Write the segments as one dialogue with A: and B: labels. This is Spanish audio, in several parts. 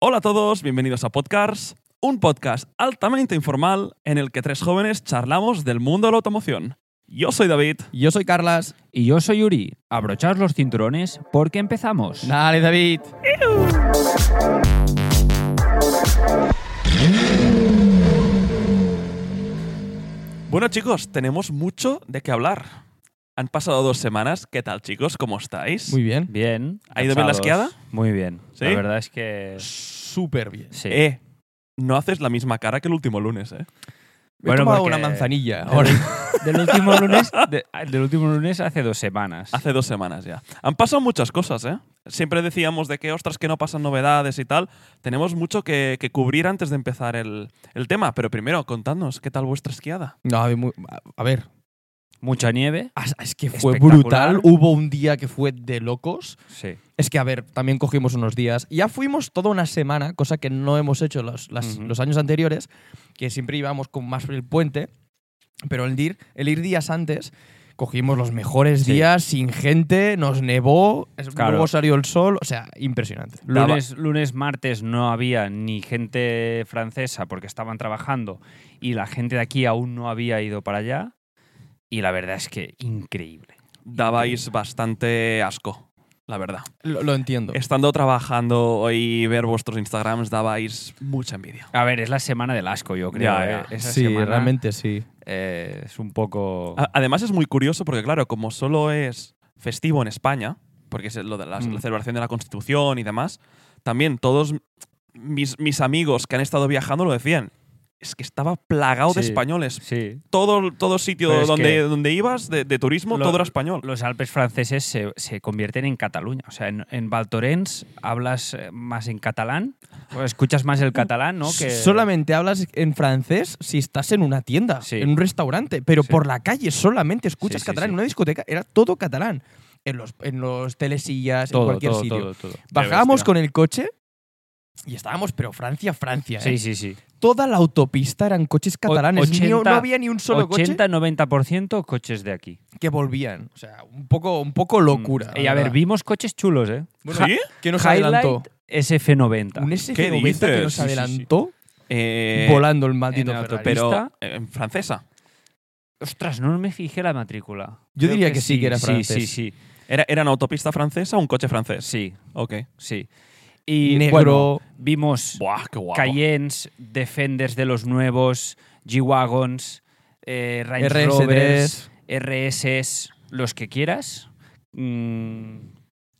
A: Hola a todos, bienvenidos a Podcasts, un podcast altamente informal en el que tres jóvenes charlamos del mundo de la automoción. Yo soy David.
B: Yo soy Carlas.
C: Y yo soy Yuri. Abrochaos los cinturones porque empezamos.
B: Dale, David.
A: Bueno chicos, tenemos mucho de qué hablar. Han pasado dos semanas. ¿Qué tal chicos? ¿Cómo estáis?
B: Muy bien.
C: Bien.
A: ¿Ha ido bien la
C: cansados.
A: esquiada?
C: Muy bien.
A: ¿Sí?
C: La verdad es que.
B: Súper bien.
C: Sí.
A: Eh, no haces la misma cara que el último lunes, ¿eh?
B: Me he
C: Bueno,
B: tomado
C: porque-
B: una manzanilla ahora.
C: Del último lunes. de- del último lunes hace dos semanas.
A: Hace dos semanas ya. Han pasado muchas cosas, ¿eh? Siempre decíamos de que, ostras, que no pasan novedades y tal. Tenemos mucho que, que cubrir antes de empezar el, el tema. Pero primero, contadnos, ¿qué tal vuestra esquiada?
B: No, a ver, muy- a ver,
C: Mucha nieve.
B: as- Ah, es que fue
C: Espectacular.
B: brutal. Hubo un día que fue de locos.
C: Sí.
B: Es que, a ver, también cogimos unos días. Ya fuimos toda una semana, cosa que no hemos hecho los, las-
C: Ujú.
B: los años anteriores, que siempre íbamos con más el puente. Pero el ir, el ir días antes, cogimos los mejores
C: Sí.
B: días, sin gente, nos nevó, es-
C: Claro.
B: luego salió el sol, o sea, impresionante.
C: Lunes, lunes, martes no había ni gente francesa porque estaban trabajando y la gente de aquí aún no había ido para allá. Y la verdad es que increíble.
A: Dabais bastante asco, la verdad.
B: Lo, lo entiendo.
A: Estando trabajando y ver vuestros Instagrams, dabais mucha envidia.
C: A ver, es la semana del asco, yo creo.
A: Ya,
C: ¿eh?
A: ya.
C: Esa
B: sí,
C: semana,
B: realmente sí.
C: eh, es un poco.
A: A- Además, es muy curioso porque, claro, como solo es festivo en España, porque es lo de la,
C: Mm.
A: la celebración de la Constitución y demás, también todos mis, mis amigos que han estado viajando lo decían. Es que estaba plagado de
C: Sí.
A: españoles.
C: Sí.
A: Todo, todo sitio
C: Pero es
A: donde,
C: que-
A: donde ibas de, de turismo,
C: Lo-
A: todo era español.
C: Los Alpes franceses se, se convierten en Cataluña. O sea, en, en Valtorens hablas eh, más en catalán, o escuchas más el catalán, ¿no? Que,
B: Solamente hablas en francés si estás en una tienda,
C: Sí.
B: en un restaurante, pero
C: Sí.
B: por la calle solamente escuchas
C: Sí, sí,
B: catalán.
C: sí.
B: En una discoteca era todo catalán. En los, en los telesillas,
C: todo,
B: en cualquier
C: todo,
B: sitio.
C: todo, todo.
B: Bajábamos
A: bestia.
B: con el coche y estábamos, pero Francia, Francia. ¿eh?
C: Sí, sí, sí.
B: Toda la autopista eran coches catalanes. ni-
C: 80,
B: no había ni un solo coche
C: 80-90% coches de aquí.
B: que volvían. O sea, un poco, un poco locura.
C: Mm, Y a ver, vimos coches chulos, ¿eh?
B: bueno,
A: ¿Sí?
B: que nos
C: Highlight
B: adelantó.
C: SF90.
B: Un e-
A: dices?
B: SC90 que nos
A: Sí, sí, sí.
B: adelantó
A: Eh,
B: volando el maldito
C: en la
B: Ferrari.
A: pero
C: Pista.
A: eh, en francesa.
C: Ostras, no me fijé la matrícula.
B: Yo
C: Creo
B: diría que sí, que era francés.
C: Sí, sí,
A: ¿Era, ¿Era una autopista francesa o un coche francés?
C: sí.
A: Ok.
C: Sí, sí. Y
B: Negro.
C: bueno, vimos
A: Buah, qué guapo.
C: Cayennes, Defenders de los nuevos, G-Wagons, eh, Range
B: RS3.
C: Rovers, RSs, los que quieras. Mm,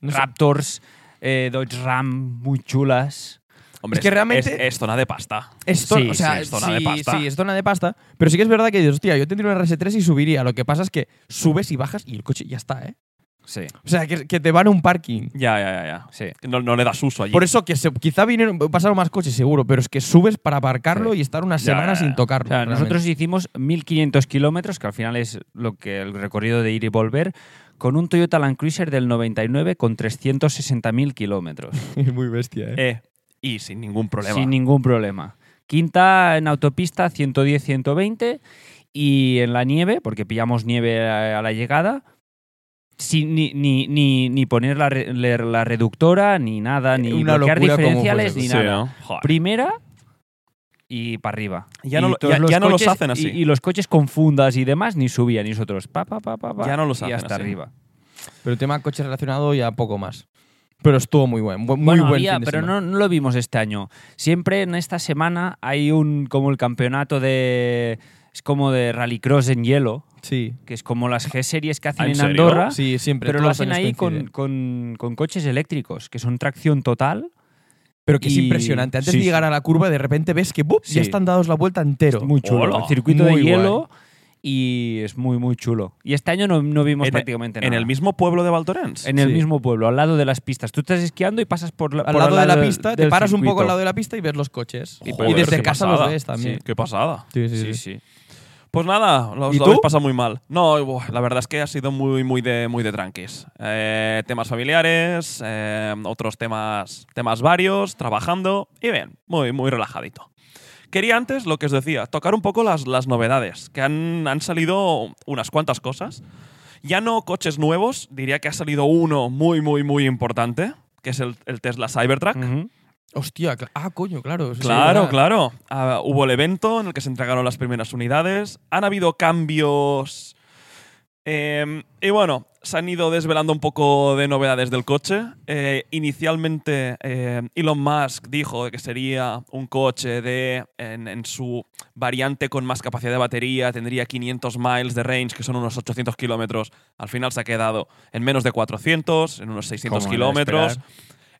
B: No sé.
C: Raptors, eh, Dodge Ram, muy chulas.
A: Hombre,
B: Es que realmente-
A: es- es zona de pasta.
B: Es, zona-
C: Sí,
B: o sea,
A: sí, es zona de
B: sí,
A: pasta.
B: sí, es zona de pasta. Pero sí que es verdad que dices, hostia, yo tendría una RS3 y subiría. Lo que pasa es que subes y bajas y el coche ya está, ¿eh?
C: Sí,
B: O sea, que, que te van a un parking.
A: Ya, ya, ya. ya.
C: sí.
A: No, no le das uso allí.
B: Por eso que se- quizá vinieron, pasaron más coches, seguro, pero es que subes para aparcarlo
C: Sí.
B: y estar una
A: Ya,
B: semana
A: ya, ya.
B: sin tocarlo.
C: O sea,
B: realmente.
C: nosotros hicimos 1500 kilómetros, que al final es lo que el recorrido de ir y volver, con un Toyota Land Cruiser del 99 con 360.000 kilómetros.
B: es muy bestia, ¿eh?
A: Eh, y sin ningún problema.
C: Sin ningún problema. Quinta en autopista 110-120 y en la nieve, porque pillamos nieve a a la llegada, sin ni, ni, ni- ni poner la, re- la- la reductora, ni nada, ni
B: Una
C: bloquear
B: locura cómo
C: diferenciales,
B: fue
C: ni
B: eso.
A: Sí,
C: nada.
A: ¿no? Joder.
C: Primera y para arriba.
A: Ya
C: Y
A: no lo-
C: todos
A: ya- ya no los
C: coches-
A: hacen así.
C: Y, y los coches con fundas y demás ni subían, y nosotros pa, pa, pa, pa, pa,
A: Ya no los
C: y
A: hacen
C: hasta
A: así.
C: arriba.
B: Pero el tema coche relacionado ya poco más. Pero estuvo muy buen, bu- muy
C: bueno,
B: buen
C: había,
B: fin de
C: pero
B: semana.
C: no, no lo vimos este año. Siempre en esta semana hay un como el campeonato de es como de rallycross en hielo,
B: Sí,
C: que es como las G series que hacen
A: ¿En
C: en,
A: serio?
C: Andorra,
B: ¿Ah, sí, siempre.
C: pero
B: todos
C: lo
B: los
C: hacen
B: años
C: ahí con,
B: coincide.
C: con- con coches eléctricos, que son tracción total,
B: Pero que es
C: y-
B: impresionante. Antes
C: sí,
B: de llegar
C: sí.
B: a la curva, de repente ves que ¡bup!
C: Sí.
B: ya están dados la vuelta entero.
C: muy chulo,
A: Hola.
C: el circuito de
B: Muy guay.
C: hielo y es muy muy chulo. Y este año no, no vimos
A: En-
C: prácticamente
A: ¿En
C: nada.
A: el mismo pueblo de Valtorens?
C: en el
B: Sí.
C: mismo pueblo, al lado de las pistas. Tú estás esquiando y pasas por, la-
B: al
C: por
B: lado, de la
C: del-
B: pista, te
C: del
B: paras un poco al
C: circuito.
B: lado de la pista y ves los coches. Y-
A: Joder,
B: y desde
A: qué
B: casa
A: pasada.
B: los ves también.
A: Sí, qué pasada.
B: Sí, sí, sí.
C: Sí, sí.
A: Pues nada, los
B: ¿Y
A: lo
B: tú?
A: habéis pasado muy mal. No, buah, la verdad es que ha sido muy, muy de, muy de tranquis. Eh, temas familiares, eh, otros temas, temas varios, trabajando y bien, muy, muy relajadito. Quería antes, lo que os decía, tocar un poco las, las novedades, que han, han salido unas cuantas cosas. Ya no coches nuevos, diría que ha salido uno muy, muy, muy importante, que es el, el Tesla Cybertruck.
C: Ujú.
B: Hostia, cla- ah, coño, claro. eso sí,
A: Claro,
B: ¿verdad?
A: claro. Ah, hubo el evento en el que se entregaron las primeras unidades. Han habido cambios. eh, y bueno, se han ido desvelando un poco de novedades del coche. Eh, inicialmente, eh, Elon Musk dijo que sería un coche de, en, en su variante con más capacidad de batería, tendría 500 miles de range, que son unos 800 kilómetros. Al final se ha quedado en menos de 400, en unos 600
B: Como era de
A: kilómetros.
B: esperar.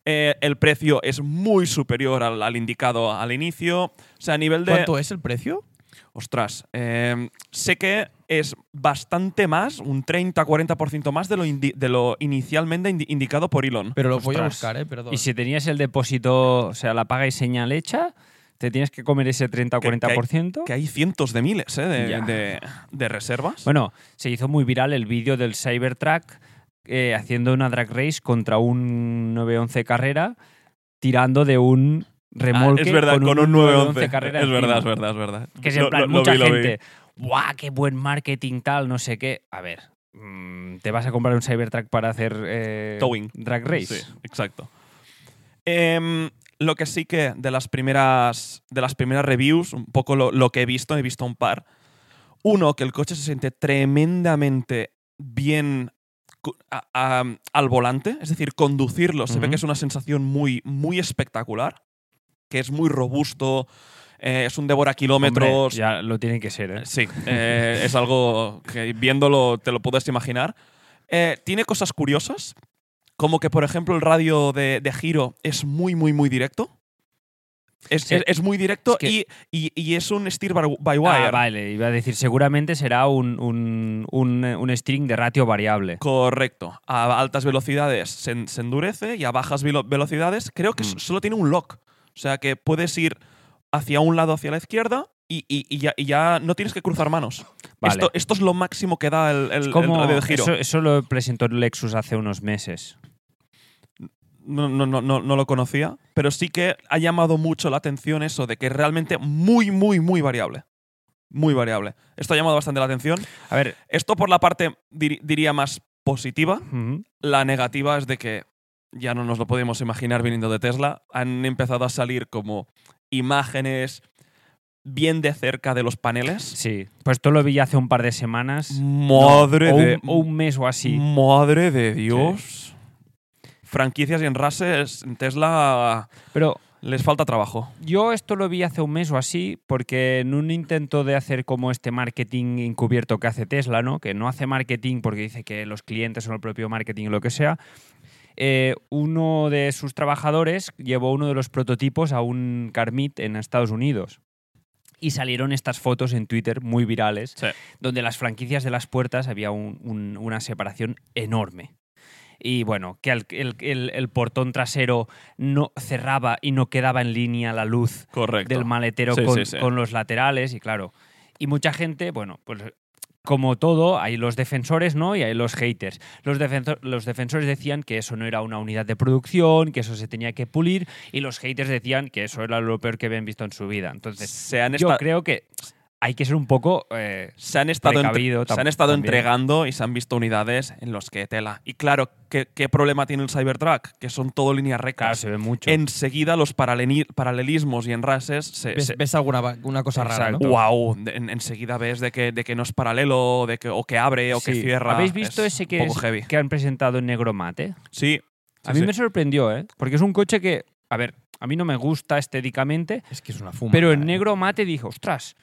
A: Eh, el precio es muy superior al, al indicado al inicio. O sea, a nivel de.
B: ¿Cuánto es el precio?
A: Ostras. eh, sé que es bastante más, un 30-40% más de lo, indi- de lo inicialmente indi- indicado por Elon.
B: Pero lo voy a
C: Ostras.
B: buscar, eh, perdón.
C: Y si tenías el depósito, o sea, la paga y señal hecha, te tienes que comer ese 30 o
A: Que- que hay-
C: 40%.
A: Que hay cientos de miles eh, de,
C: Ya.
A: de- de reservas.
C: Bueno, se hizo muy viral el vídeo del Cybertruck eh, haciendo una drag race contra un 911 carrera tirando de un remolque
A: Ah, es verdad, con, un 911.
C: carrera.
A: Es verdad, es
C: encima.
A: verdad, es verdad.
C: Que es en
A: Lo-
C: plan,
A: lo- lo
C: mucha
A: vi, lo vi.
C: gente, ¡guau, qué buen marketing tal, no sé qué! A ver, mm, ¿te vas a comprar un Cybertruck para hacer eh,
A: Towing.
C: drag race?
A: Sí, exacto. Em, lo que sí que de las primeras, de las primeras reviews, un poco lo, lo que he visto, he visto un par. Uno, que el coche se siente tremendamente bien cu- a- a- al volante, es decir, conducirlo se ve
C: Ujú.
A: que es una sensación muy, muy espectacular, que es muy robusto, eh, es un devora
C: Hombre,
A: kilómetros,
C: ya lo tiene que ser, ¿eh?
A: Sí, eh, es algo que viéndolo te lo puedes imaginar. Eh, tiene cosas curiosas, como que por ejemplo el radio de, de giro es muy, muy, muy directo. Es,
C: Sí.
A: es- es muy directo
C: Es que-
A: y, y- y es un steer by, by wire.
C: Ah, vale, iba a decir, seguramente será un, un, un, un string de ratio variable.
A: Correcto. A altas velocidades se, en- se endurece y a bajas velo- velocidades creo que
C: Mm.
A: s- solo tiene un lock. O sea que puedes ir hacia un lado, hacia la izquierda y, y- y ya, y ya no tienes que cruzar manos.
C: Vale.
A: Esto, esto es lo máximo que da el, el- el
C: Como
A: radio de giro.
C: eso, eso lo presentó Lexus hace unos meses.
A: no, no, no, no, no lo conocía, pero sí que ha llamado mucho la atención eso de que es realmente muy, muy, muy variable. Muy variable. Esto ha llamado bastante la atención.
C: A ver,
A: Esto por la parte, diri- diría, más positiva.
C: ujú,
A: La negativa es de que ya no nos lo podemos imaginar viniendo de Tesla. Han empezado a salir como imágenes bien de cerca de los paneles.
C: sí. Pues esto lo vi ya hace un par de semanas.
A: Madre
C: o,
A: de... Mm.
C: un, o un mes o así.
A: Madre de Dios. Franquicias y enrases en Tesla
C: Pero
A: les falta trabajo.
C: Yo esto lo vi hace un mes o así, porque en un intento de hacer como este marketing encubierto que hace Tesla, ¿no? Que no hace marketing porque dice que los clientes son el propio marketing o lo que sea. eh, uno de sus trabajadores llevó uno de los prototipos a un Carmit en Estados Unidos. Y salieron estas fotos en Twitter muy virales,
A: Sí.
C: donde las franquicias de las puertas había un- un- una separación enorme. Y bueno, que al- el- el- el portón trasero no cerraba y no quedaba en línea la luz
A: Correcto.
C: del maletero
A: Sí,
C: con,
A: sí, sí.
C: con los laterales y claro. Y mucha gente, bueno, pues como todo, hay los defensores, ¿no? Y hay los haters. Los, defenso- los defensores decían que eso no era una unidad de producción, que eso se tenía que pulir, y los haters decían que eso era lo peor que habían visto en su vida. Entonces,
A: se han,
C: yo
A: esta-
C: creo que hay que ser un poco... eh,
A: se han estado, entre-
C: precavido
A: se
C: tam-
A: han estado
C: también.
A: entregando y se han visto unidades en los que tela. Y claro, ¿qué, qué problema tiene el Cybertruck? Que son todo líneas
C: claro,
A: rectas.
C: se ve mucho.
A: Enseguida los paraleni- paralelismos y enrases se...
B: ¿Ves,
A: se-
B: ves alguna va- una cosa rara? ¿no?
C: Exacto.
A: ¡Guau! De- en- enseguida ves de que, de que no es paralelo, de que, o que abre o que
C: Sí.
A: cierra.
C: ¿Habéis visto
A: Es
C: ese
A: un
C: que,
A: poco
C: es-
A: heavy.
C: que han presentado en negro mate?
A: Sí.
C: A
A: sí,
C: mí
A: sí.
C: me sorprendió, ¿eh? Porque es un coche que, a ver, a mí no me gusta estéticamente,
B: Es que es una eh. fuma.
C: pero en negro mate dije, ostras,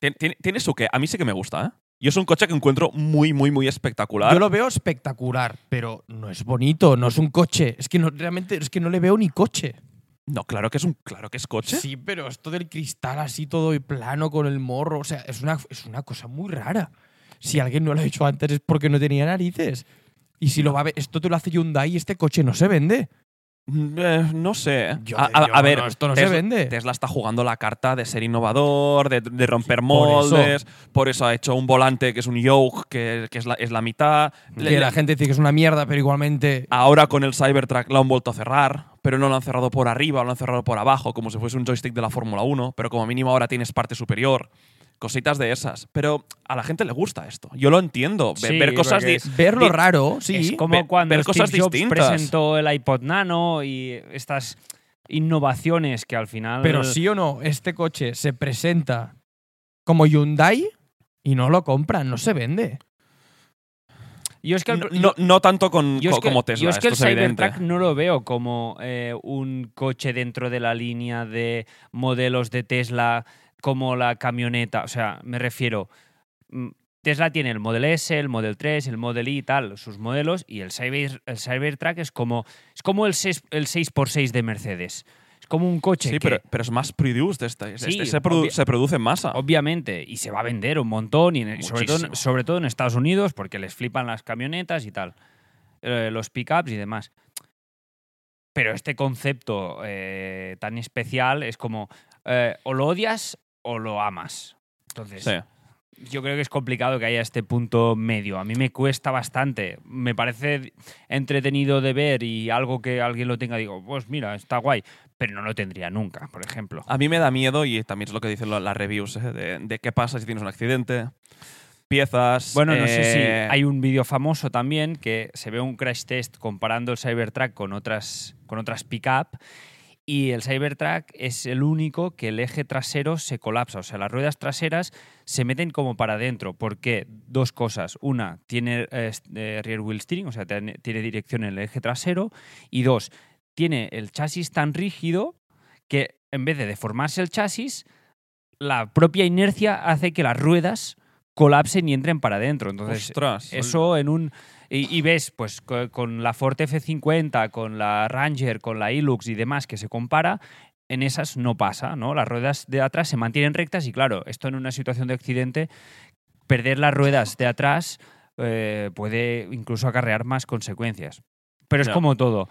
A: Tien- tiene- Tiene su que a mí sí que me gusta, ¿eh? Yo es un coche que encuentro muy, muy, muy espectacular.
B: Yo lo veo espectacular, pero no es bonito, no es un coche. Es que no, realmente es que no le veo ni coche.
A: No, claro que es un claro que es coche.
B: Sí, pero esto del cristal así todo y plano con el morro, o sea, es una, es una cosa muy rara. Si alguien no lo ha hecho antes es porque no tenía narices. Y si lo va a ver, esto te lo hace Hyundai y este coche no se vende.
A: Mm, eh, no sé.
B: Yo
A: a,
B: te
A: a-
B: digo,
A: a ver,
B: no, esto no
A: Tesla,
B: se vende.
A: Tesla está jugando la carta de ser innovador, de, de romper
B: por eso.
A: moldes. Por eso. ha hecho un volante que es un yoke, que, que es, la, es la mitad. Le-
B: que
A: le- Ah,
B: la gente dice que es una mierda, pero igualmente
A: ahora con el Cybertruck lo han vuelto a cerrar, pero no lo han cerrado por arriba, lo han cerrado por abajo, como si fuese un joystick de la Fórmula 1. Pero como mínimo ahora tienes parte superior. Cositas de esas. Pero a la gente le gusta esto. Yo lo entiendo. Ve-
C: Sí,
A: ver cosas.
C: porque
A: di-
C: es-
B: verlo
A: di-
B: raro, sí.
C: es
A: ve-
C: como
A: ver
C: cuando Steve
A: cosas
C: Jobs
A: distintas.
C: presentó el iPod Nano y estas innovaciones que al final.
B: Pero sí o no, este coche se presenta como Hyundai y no lo compran, no se vende.
C: Yo es que al-
A: No, no- no tanto con,
C: yo es
A: co-
C: que-
A: como Tesla,
C: yo es que el
A: esto es evidente.
C: Cybertruck no lo veo como eh, un coche dentro de la línea de modelos de Tesla como la camioneta. O sea, me refiero. mm, Tesla tiene el Model S, el Model 3, el Model I y tal, sus modelos, y el, Cyber, el Cybertruck es como, es como el, 6, el 6x6 de Mercedes. Es como un coche
A: Sí,
C: que-
A: pero, pero es más produced esta. es-
C: Sí,
A: es- se, produ-
C: obvia-
A: se produce en masa.
C: Obviamente, y se va a vender un montón, y en- y sobre, todo, en-
A: Ah. Muchísimo.
C: sobre todo en Estados Unidos, porque les flipan las camionetas y tal, eh, los pickups y demás. Pero este concepto eh, tan especial es como eh, o lo odias o lo amas. Entonces,
A: Sí.
C: yo creo que es complicado que haya este punto medio. A mí me cuesta bastante. Me parece entretenido de ver y algo que alguien lo tenga, digo, pues mira, está guay, pero no lo tendría nunca, por ejemplo.
A: A mí me da miedo, y también es lo que dicen lo- las reviews, ¿eh? de, de qué pasa si tienes un accidente, piezas.
C: Bueno, no sé si
A: eh,
C: hay un vídeo famoso también que se ve un crash test comparando el Cybertruck con otras, con otras pick-up y el Cybertruck es el único que el eje trasero se colapsa, o sea, las ruedas traseras se meten como para adentro. ¿Por qué? Dos cosas. Una, tiene eh, s- eh, rear wheel steering, o sea, tiene tiene dirección en el eje trasero. Y dos, tiene el chasis tan rígido que en vez de deformarse el chasis, la propia inercia hace que las ruedas colapsen y entren para adentro. Entonces,
A: pues, Ostras.
C: pues, eso en un. Y, y ves, pues co- con la Ford F50, con la Ranger, con la Hilux y demás que se compara, en esas no pasa, ¿no? Las ruedas de atrás se mantienen rectas y, claro, esto en una situación de accidente, perder las ruedas de atrás eh, puede incluso acarrear más consecuencias. Pero es
A: Ya.
C: como todo.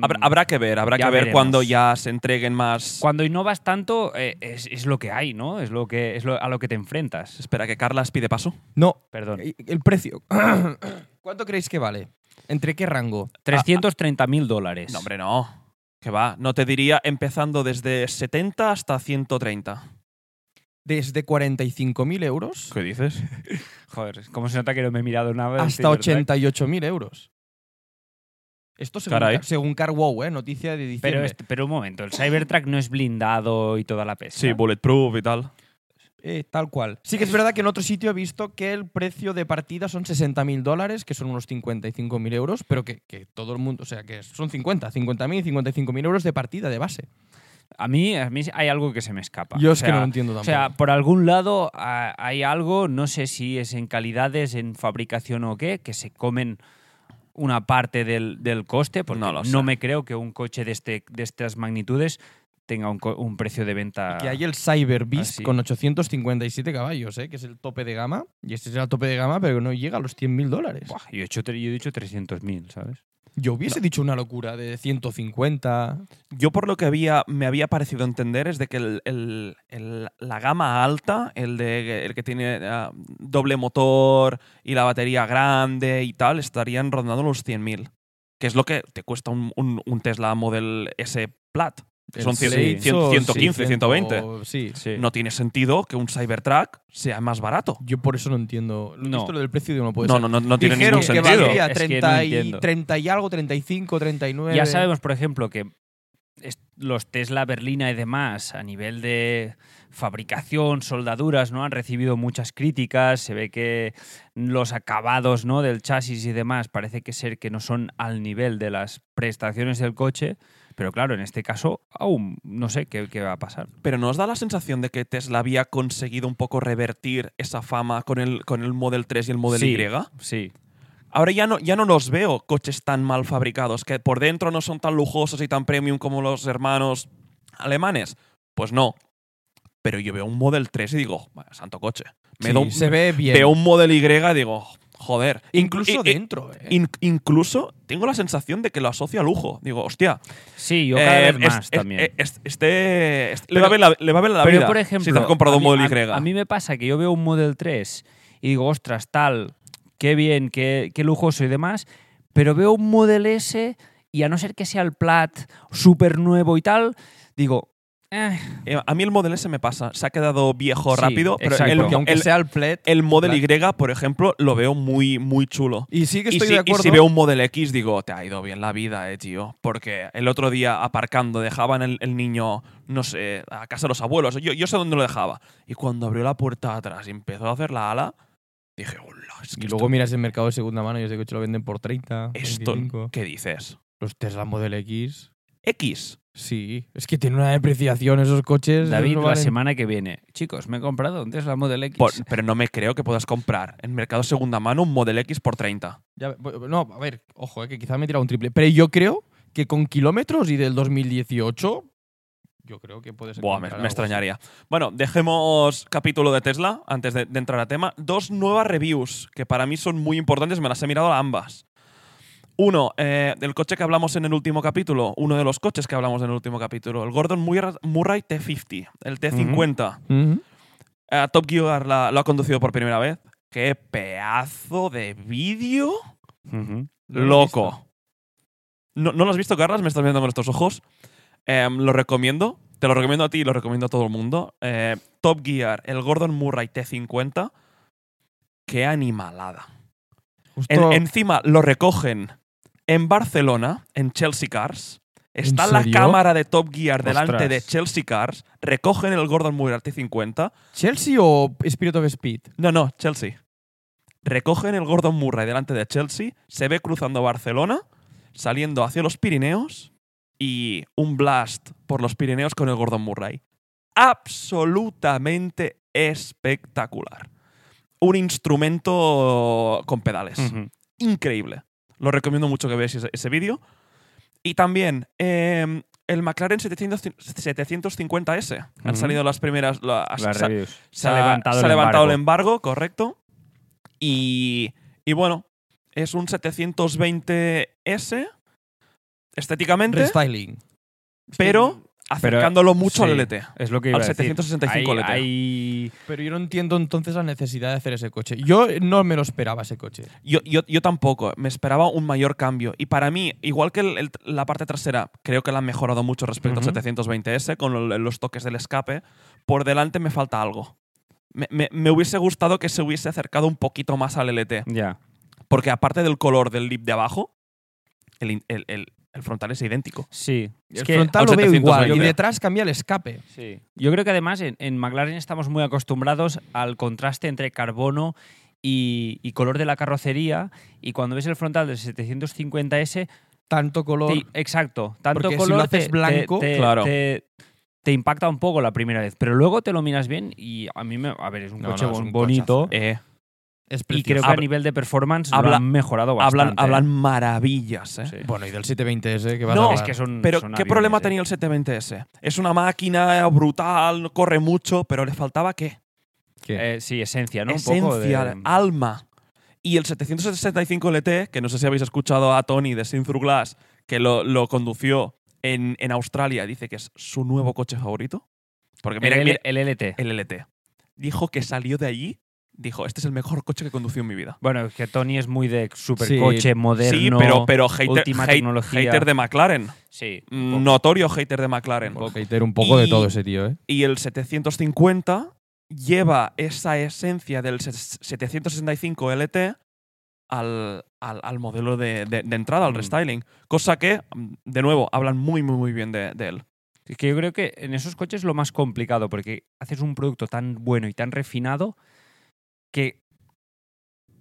A: Habrá,
C: Mm,
A: habrá que ver, habrá
C: Ya
A: que ver
C: veremos.
A: cuando ya se entreguen más.
C: Cuando innovas tanto, eh, es, es lo que hay, ¿no? Es, lo que, es lo- a lo que te enfrentas.
A: Espera, que Carlas pide paso.
B: No,
C: Perdón.
B: el precio. ¿Cuánto creéis que vale? ¿Entre qué rango?
C: 330 mil dólares.
A: No, hombre, no. Que va, no te diría empezando desde 70 hasta 130.
B: Desde 45.000 euros
A: ¿Qué dices?
C: Joder, como se nota que no me he mirado nada. del
B: hasta
C: Cybertruck.
B: 88.000 euros. Esto según,
A: Caray.
B: Car- según CarWow, ¿eh? noticia de diciembre.
C: Pero, este- pero un momento, el Cybertruck no es blindado y toda la pesca.
A: Sí, bulletproof y tal.
B: Eh, tal cual. Sí que es verdad que en otro sitio he visto que el precio de partida son 60.000 dólares, que son unos 55.000 euros, pero que, que todo el mundo, o sea, que son 50, 50.000, 55.000 euros de partida de base.
C: a, mí, a mí hay algo que se me escapa.
B: Yo
C: O
B: es que
C: sea,
B: no lo entiendo tampoco.
C: O sea, por algún lado ah, hay algo, no sé si es en calidades, en fabricación o qué, que se comen una parte del, del coste, porque
A: No
C: no,
A: lo sé.
C: me creo que un coche de, este, de estas magnitudes tenga un, co- un precio de venta.
B: que hay el Cyber Beast
C: Así.
B: con 857 caballos, ¿eh? que es el tope de gama. Y este será el tope de gama, pero no llega a los 100.000 dólares.
C: Buah, yo, he hecho tre- yo he dicho 300.000, ¿sabes?
B: Yo hubiese dicho una locura de 150.
A: Yo por lo que había, me había parecido entender es de que el- el- el- la gama alta, el, de, el que tiene ah, doble motor y la batería grande y tal, estarían rondando los 100.000. Que es lo que te cuesta un, un- un Tesla Model S Plat. que son
B: El
A: cien-
B: Slate
A: cien-
B: o
A: 115, 120.
B: 600, Sí.
A: No tiene sentido que un Cybertruck sea más barato.
B: Yo por eso no entiendo. Lo-
C: No.
B: Esto lo del precio de uno puede
A: no,
B: ser.
A: no, no, no tiene
B: Pues
A: ningún
B: Dijeron que
A: sentido.
C: valía-
B: valía
C: Es que no
B: 30 y,
C: entiendo.
B: 30 y algo, 35, 39.
C: Ya sabemos, por ejemplo, que es- los Tesla Berlina y demás, a nivel de fabricación, soldaduras, ¿no? Han recibido muchas críticas. Se ve que los acabados ¿no? del chasis y demás parece que ser que no son al nivel de las prestaciones del coche. Pero claro, en este caso, aún no sé qué, qué va a pasar.
A: Pero ¿no os da la sensación de que Tesla había conseguido un poco revertir esa fama con el, con el Model 3 y el Model
C: Sí,
A: Y?
C: Sí.
A: Ahora ya no, ya no los veo coches tan mal fabricados, que por dentro no son tan lujosos y tan premium como los hermanos alemanes. Pues no. Pero yo veo un Model 3 y digo, "Vaya, santo coche. Me
B: Sí,
A: da un-
B: se ve bien.
A: veo un Model Y y digo, joder.
B: Incluso
A: I- i-
B: dentro. eh.
A: in- incluso tengo la sensación de que lo asocio a lujo. Digo, hostia.
C: Sí, yo cada
A: eh,
C: vez
A: es-
C: más
A: es-
C: también.
A: eh, es- este, este- le, va a ver la, le va a ver la
C: Pero
A: vida
C: por ejemplo,
A: si te has comprado
C: a
A: un
C: mí-
A: Model
C: a-
A: Y.
C: A, mí me pasa que yo veo un Model 3 y digo, ostras, tal, qué bien, qué, qué lujoso y demás, pero veo un Model S y a no ser que sea el Plat súper nuevo y tal, digo, Eh,
A: Eh, a mí el Model S me pasa. Se ha quedado viejo
C: Sí,
A: rápido, pero
C: exacto.
A: el,
B: Porque aunque
A: el-
B: sea el Pled.
A: el Model Y, por ejemplo, lo veo muy, muy chulo.
B: y sí que
A: Y
B: estoy
A: si, y
B: de acuerdo.
A: si veo un Model X, digo, te ha ido bien la vida, eh, tío. Porque el otro día aparcando dejaban el, el niño, no sé, a casa de los abuelos. Yo, yo sé dónde lo dejaba. Y cuando abrió la puerta atrás y empezó a hacer la ala, dije, hola, es que
B: y luego miras el mercado de segunda mano y ese coche lo venden por 30,
A: esto, esto
B: 25.
A: ¿qué dices?
B: Los Tesla Model X.
A: X.
B: Sí, es que tiene una depreciación esos coches.
C: David,
B: no
C: la
B: valen-
C: semana que viene. Chicos, me he comprado un Tesla Model X.
A: Por- pero no me creo que puedas comprar en mercado segunda mano un Model X por 30.
B: Ya, bu- no, a ver, ojo, eh, que quizá me he tirado un triple. Pero yo creo que con kilómetros y del 2018, yo creo que puede ser.
A: Buah, me, me extrañaría. Bueno, dejemos capítulo de Tesla antes de, de entrar a tema. Dos nuevas reviews que para mí son muy importantes, me las he mirado a ambas. Uno, eh, del coche que hablamos en el último capítulo, uno de los coches que hablamos en el último capítulo, el Gordon Murray, Murray T50, el T50. Eh, Top Gear la- lo ha conducido por primera vez. ¡Qué pedazo de vídeo!
B: No
C: Ujú.
B: lo he
A: Loco. ¿No, ¿No lo has visto, Carlas? Me estás viendo con estos ojos. Em, lo recomiendo. Te lo recomiendo a ti y lo recomiendo a todo el mundo. Eh, Top Gear, el Gordon Murray T50. ¡Qué animalada! En- encima lo recogen en Barcelona, en Chelsea Cars. Está
B: ¿En
A: la
B: serio?
A: cámara de Top Gear delante
C: Ostras.
A: de Chelsea Cars. Recogen el Gordon Murray T50.
B: ¿Chelsea o Spirit of Speed?
A: No, no, Chelsea. Recogen el Gordon Murray delante de Chelsea, se ve cruzando Barcelona, saliendo hacia los Pirineos y un blast por los Pirineos con el Gordon Murray. Absolutamente espectacular. Un instrumento con pedales.
C: Ujú.
A: Increíble. Lo recomiendo mucho que veáis ese, ese vídeo. Y también eh, el McLaren 700 750S. Han
C: Ujú.
A: salido las primeras. las-
C: Las
A: sa-
C: reviews.
A: se ha levantado, el, embargo. correcto. Y, y bueno, es un 720S estéticamente,
B: Restyling.
A: pero acercándolo mucho al
C: sí,
A: LT.
C: Es lo que iba
A: Al
C: a decir.
A: 765
C: Hay-
A: LT.
C: hay-
B: Pero yo no entiendo entonces la necesidad de hacer ese coche. Yo no me lo esperaba ese coche.
A: Yo, yo- yo tampoco, me esperaba un mayor cambio. Y para mí, igual que el- el- la parte trasera, creo que la han mejorado mucho respecto
C: Ujú.
A: al 720S con lo- los toques del escape, por delante me falta algo. Me, me- me hubiese gustado que se hubiese acercado un poquito más al LT.
C: Ya.
A: Porque aparte del color del lip de abajo, el, in- el- el- el frontal es idéntico.
C: Sí. Es
B: el
C: que-
B: frontal
A: al
B: lo veo igual y
A: 720.
B: detrás cambia el escape.
C: Sí. Yo creo que además en, en McLaren estamos muy acostumbrados al contraste entre carbono y, y color de la carrocería. Y cuando ves el frontal del 750S,
B: Tanto color.
C: te- exacto, tanto
B: Porque si
C: color
B: lo haces
C: te-
B: blanco-
C: te, te-
A: Claro.
C: te- te impacta un poco la primera vez. Pero luego te lo miras bien y a mí me. A ver, es un
B: No,
C: coche
B: no, es un
C: bonito.
B: cochazo.
A: Eh,
B: Es
C: Y
B: precioso.
C: creo que a
A: Habla-
C: nivel de performance lo
A: habla-
C: han mejorado
A: hablan,
C: bastante.
A: hablan maravillas, eh.
C: Sí.
B: Ah, Bueno, y del 720S que va
A: No,
B: a
C: es que son.
A: Pero,
C: son
A: ¿qué
C: aviones,
A: problema
C: eh.
A: tenía el 720S? Es una máquina brutal, corre mucho, pero le faltaba qué?
C: Eh, sí, esencia, ¿no?
A: Esencia,
C: un poco de-
A: alma. Y el 765 LT, que no sé si habéis escuchado a Tony de Sinthru Glass, que lo, lo condució en, en Australia, dice que es su nuevo coche favorito. Porque mira,
C: el,
A: mira-
C: el LT.
A: el LT. Dijo que salió de allí, dijo, este es el mejor coche que he conducido en mi vida.
C: Bueno, es que Tony es muy de supercoche moderno.
A: sí, pero, pero hater,
C: última
A: hate-
C: tecnología.
A: hater de McLaren.
C: Sí, un poco.
A: Notorio hater de McLaren.
B: un poco de
A: Y-
B: todo ese tío, ¿eh?
A: Y el 750 lleva esa esencia del ses- 765 LT al, al- al modelo de, de- de entrada, al
C: Mm.
A: restyling. Cosa que, mm, de nuevo, hablan muy, muy, muy bien de, de él.
C: Es que yo creo que en esos coches es lo más complicado, porque haces un producto tan bueno y tan refinado que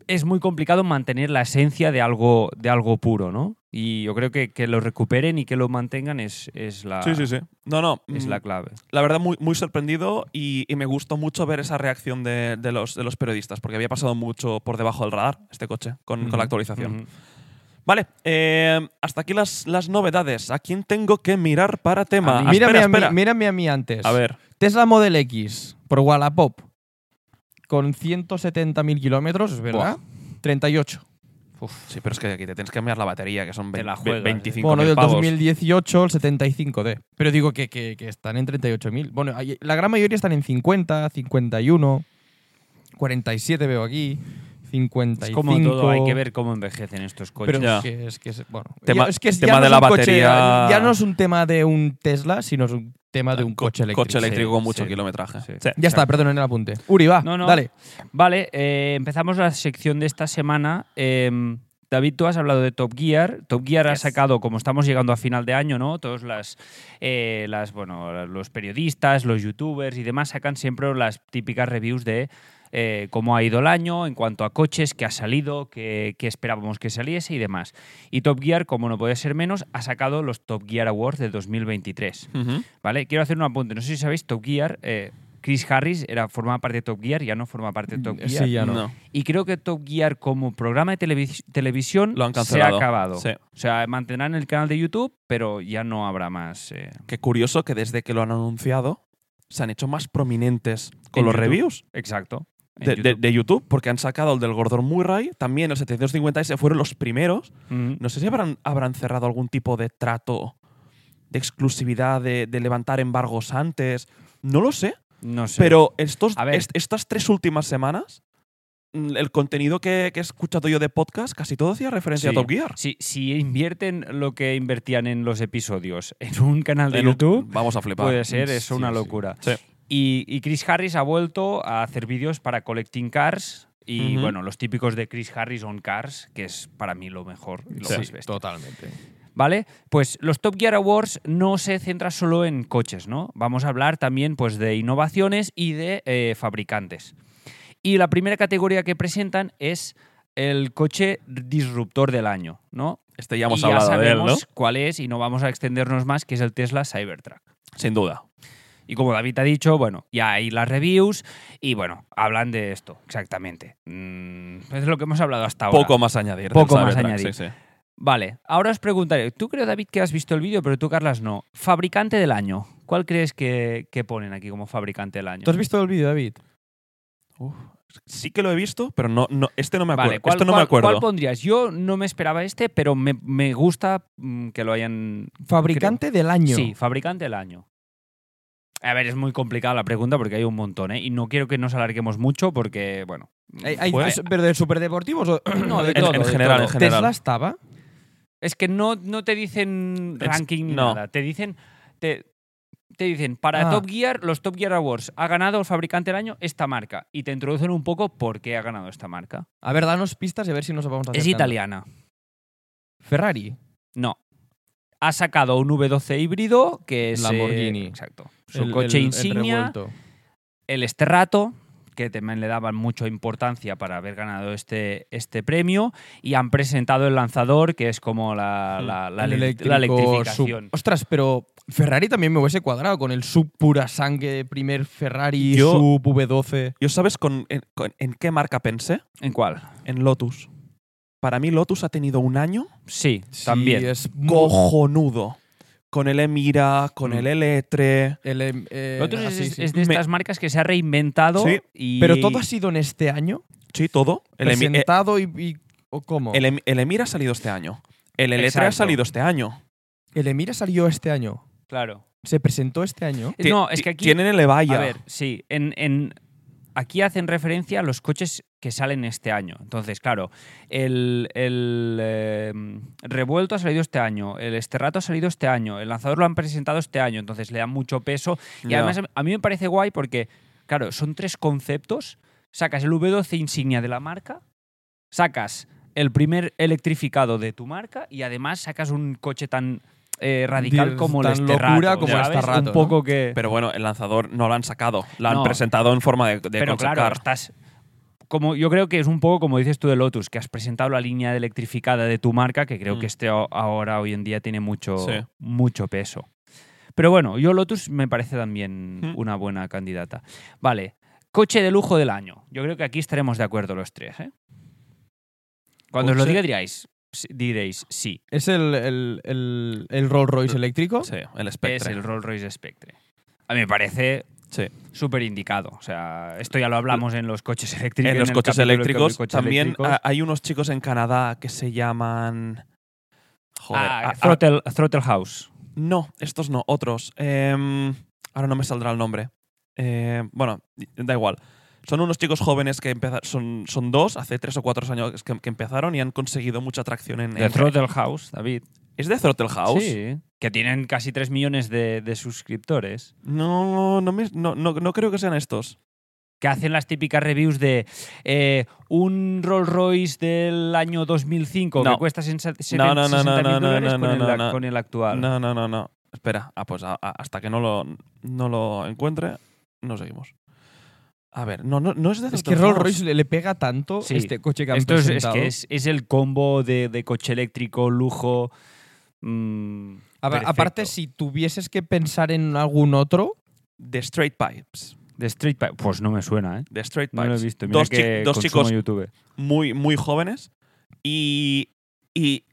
C: es muy complicado mantener la esencia de algo, de algo puro, ¿no? Y yo creo que, que lo recuperen y que lo mantengan es, es la,
A: sí. No, no.
C: es
A: mm,
C: la clave.
A: la verdad, muy, muy sorprendido y, y me gustó mucho ver esa reacción de, de los, de los periodistas, porque había pasado mucho por debajo del radar este coche con, con la actualización.
C: Ujú.
A: Vale, eh, hasta aquí las, las novedades. ¿A quién tengo que mirar para tema?
C: A mí.
A: Ah,
B: Mírame,
A: espera,
B: a mí,
A: espera.
B: mírame a mí antes.
A: A ver,
B: Tesla Model X por Wallapop con 170.000 kilómetros, es verdad. 38.
A: sí, pero es que aquí te tienes que cambiar la batería, que son
C: Te
A: ve-
C: la
A: ve-
C: juegas, eh.
A: 25
B: Bueno, del
A: pavos.
B: 2018 el 75D. Pero digo que, que- que están en 38.000. Bueno, hay- la gran mayoría están en 50, 51, 47 veo aquí, 55.
C: Es como todo, hay que ver cómo envejecen estos coches.
B: Pero
A: Ya.
B: es que, es que es- bueno,
A: Tema-
B: ya- es que es-
A: tema
B: ya no
A: de
B: es
A: la
B: un coche-
A: batería.
B: ya no es un tema de un Tesla, sino es un tema de un
A: Co-
B: coche eléctrico.
A: Coche eléctrico
C: Sí,
A: con mucho
C: sí.
A: kilometraje.
C: Sí.
A: Sí.
B: Ya está, perdón en el apunte. Uri, va,
C: No, no.
B: dale.
C: Vale, eh, empezamos la sección de esta semana. Eh, David, tú has hablado de Top Gear. Top Gear ha
A: Yes.
C: sacado, como estamos llegando a final de año, ¿no? Todos las, eh, las, bueno, los periodistas, los youtubers y demás sacan siempre las típicas reviews de eh, cómo ha ido el año en cuanto a coches que ha salido, que, que esperábamos que saliese y demás. Y Top Gear, como no puede ser menos, ha sacado los Top Gear Awards de 2023.
A: Ujú.
C: ¿Vale? Quiero hacer un apunte. No sé si sabéis, Top Gear, eh, Chris Harris era, formaba parte de Top Gear, ya no forma parte de Top Gear.
B: Mm, Sí, ya no.
A: No.
C: Y creo que Top Gear como programa de televis- televisión
A: Lo han
C: se ha
A: cancelado.
C: acabado.
A: Sí.
C: O sea, mantendrán el canal de YouTube, pero ya no habrá más. eh,
A: Qué curioso que desde que lo han anunciado se han hecho más prominentes con
C: En
A: los
C: YouTube.
A: reviews
C: exacto. en
A: de de- de YouTube.
C: YouTube.
A: porque han sacado el del Gordon Murray, también el 750 se fueron los primeros.
C: Mm.
A: No sé si habrán, habrán cerrado algún tipo de trato de exclusividad, de, de levantar embargos antes. No lo sé,
C: No sé.
A: pero estos,
C: A ver.
A: est- estas tres últimas semanas, mm, el contenido que, que he escuchado yo de podcast, casi todo hacía referencia
C: Sí.
A: a Top Gear.
C: Si, si invierten lo que invertían en los episodios en un canal de
A: En un-
C: YouTube, pues,
A: Vamos a flipar.
C: Puede ser, es
B: Sí,
C: una
B: sí.
C: locura.
A: Sí.
C: Y, y Chris Harris ha vuelto a hacer vídeos para Collecting Cars y
A: Ujú.
C: bueno, los típicos de Chris Harris on Cars, que es para mí lo mejor y lo
A: Sí.
C: más bestia.
B: totalmente.
C: ¿Vale? Pues los Top Gear Awards no se centra solo en coches, ¿no? Vamos a hablar también pues, de innovaciones y de eh, fabricantes. Y la primera categoría que presentan es el coche disruptor del año, ¿no?
A: Este ya hemos
C: y
A: hablado
C: ya
A: de él,
C: sabemos
A: ¿no?
C: cuál es y no vamos a extendernos más, que es el Tesla Cybertruck.
A: Sin duda.
C: Y como David ha dicho, bueno, ya hay las reviews y bueno, hablan de esto, exactamente. Mm, es lo que hemos hablado hasta ahora.
A: Poco más añadir. del
C: Poco más
A: Cybertruck,
C: añadir.
A: sí, sí.
C: Vale, ahora os preguntaré, tú creo David que has visto el vídeo, pero tú Carlas no. Fabricante del año, ¿cuál crees que, que ponen aquí como fabricante del año?
B: ¿Tú has visto el vídeo, David?
A: Uf, sí que lo he visto, pero no, no este no me acuerdo.
C: Vale, ¿cuál,
A: Esto no me
C: cuál-
A: acuerdo.
C: cuál pondrías? Yo no me esperaba este, pero me, me gusta mm, que lo hayan...
B: Fabricante del año.
C: Sí, fabricante del año. A ver, es muy complicada la pregunta porque hay un montón, ¿eh? Y no quiero que nos alarguemos mucho porque, bueno...
B: Hay- hay-
A: Fue-
C: Pues,
B: es- ¿Pero de superdeportivos? o-
C: No, de
A: en,
C: todo,
A: en
C: de
A: general,
C: todo.
A: en general.
B: ¿Tesla estaba?
C: Es que no, no te dicen
A: Es-
C: ranking ni
A: no.
C: nada. Te dicen. Te, te dicen, para
B: Ah.
C: Top Gear, los Top Gear Awards, ha ganado el fabricante del año esta marca. Y te introducen un poco por qué ha ganado esta marca.
B: A ver, danos pistas y a ver si nos vamos a
C: Es italiana.
B: Ferrari.
C: No. Ha sacado un V12 híbrido, que es. eh,
B: Lamborghini.
C: exacto. Su
B: El-
C: coche
B: el- el
C: insignia.
B: revuelto.
C: El, Esterrato, que también le daban mucha importancia para haber ganado este, este premio. Y han presentado el lanzador, que es como la, la- la
B: El
C: ele-
B: eléctrico
C: la electrificación.
B: sub. Ostras, pero Ferrari también me hubiese cuadrado con el sub pura sangre, primer Ferrari,
A: Yo-
B: sub V12.
A: ¿Yo sabes con, en, con- en qué marca pensé?
C: ¿En cuál?
A: En Lotus. Para mí Lotus ha tenido un año
C: Sí, también.
B: Sí, es muy-
A: cojonudo. Con el Emira, con
C: Mm.
A: el E L3.
B: el, em, eh,
C: Lotus es,
B: así,
C: es-
B: sí.
C: es de
A: Me-
C: estas marcas que se ha reinventado
A: Sí,
C: y...
B: Pero todo ha sido en este año,
A: Sí, todo. El, Emi- eh,
B: presentado y, y- ¿o ¿Cómo?
A: el Em- el Emira ha salido este año. El L3 ha
C: Exacto.
A: salido este año.
B: El Emira salió este año.
C: Claro.
B: Se presentó este año.
A: Ti-
C: No, es
A: ti-
C: que aquí...
A: Tienen el Evaya.
C: A ver, sí, en, en- aquí hacen referencia a los coches que salen este año. Entonces, claro, el, el, eh, revuelto ha salido este año, el esterrato ha salido este año, el lanzador lo han presentado este año, entonces le dan mucho peso. Y
A: Ya.
C: además a mí me parece guay porque, claro, son tres conceptos. Sacas el V12 insignia de la marca, sacas el primer electrificado de tu marca y además sacas un coche tan... eh, radical
B: Dios,
C: como el
B: tan
C: Esterrato,
B: locura como el
C: ¿sabes?
B: Esterrato, ¿no?
C: un poco que
A: Pero bueno, el lanzador no lo han sacado. Lo han
C: No.
A: presentado en forma de, de
C: pero
A: concept
C: claro,
A: car.
C: estás. Como, yo creo que es un poco como dices tú de Lotus, que has presentado la línea electrificada de tu marca, que creo
A: Mm.
C: que este o- ahora, hoy en día, tiene mucho,
A: Sí.
C: mucho peso. Pero bueno, yo Lotus me parece también
A: Mm.
C: una buena candidata. Vale, coche de lujo del año. Yo creo que aquí estaremos de acuerdo los tres. ¿eh? Cuando os lo
A: Coche-
C: diga, diréis, diréis sí,
B: ¿Es el, el, el, el Rolls Royce eléctrico?
A: Sí, el
C: es
A: Spectre.
C: el Rolls Royce Spectre. A mí me parece
A: Sí.
C: súper indicado. O sea, esto ya lo hablamos en los coches eléctricos.
A: en los
C: el
A: coches
C: capítulo de
A: eléctricos.
C: coches
A: también ah,
C: eléctricos. Ah,
A: ha- hay unos chicos en Canadá que se llaman. Joder.
C: Ah,
A: ah, ah,
C: throttle, Throttle House.
A: no, estos no, otros. Em, ahora no me saldrá el nombre. Em, bueno, da igual. Son unos chicos jóvenes que empezaron, son, son dos, hace tres o cuatro años que, que empezaron y han conseguido mucha atracción en...
C: De
A: en-
C: Throttle House, David.
A: ¿Es de Throttle House?
C: Sí. Que tienen casi 3 millones de, de suscriptores.
A: No, no, me- no, no, no creo que sean estos.
C: Que hacen las típicas reviews de eh, un Rolls Royce del año 2005 que
A: No.
C: cuesta 60
A: No, no, no,
C: 60.000
A: no, no, no,
C: dólares
A: no,
C: con el
A: no,
C: ac-
A: no.
C: con el actual.
A: No, no, no, no. Espera, ah, pues a- a- hasta que no lo, no lo encuentre, no seguimos. A ver, no, no, no es de
B: Es
A: Throttle
B: que Rolls
A: House.
B: Royce le, le pega tanto
C: Sí.
B: este coche que han
C: Esto es, es
B: presentado.
C: que es, es el combo de, de coche eléctrico, lujo. mm,
B: A ver,
C: perfecto.
B: aparte, si tuvieses que pensar en algún otro,
A: The Straight Pipes.
C: De Street Pi- Pues no me suena, ¿eh?
A: The Straight
C: No
A: Pipes.
C: lo he visto. Mira
A: dos, chi-
C: que
A: dos
C: consumo
A: chicos
C: YouTube.
A: muy, muy jóvenes y, y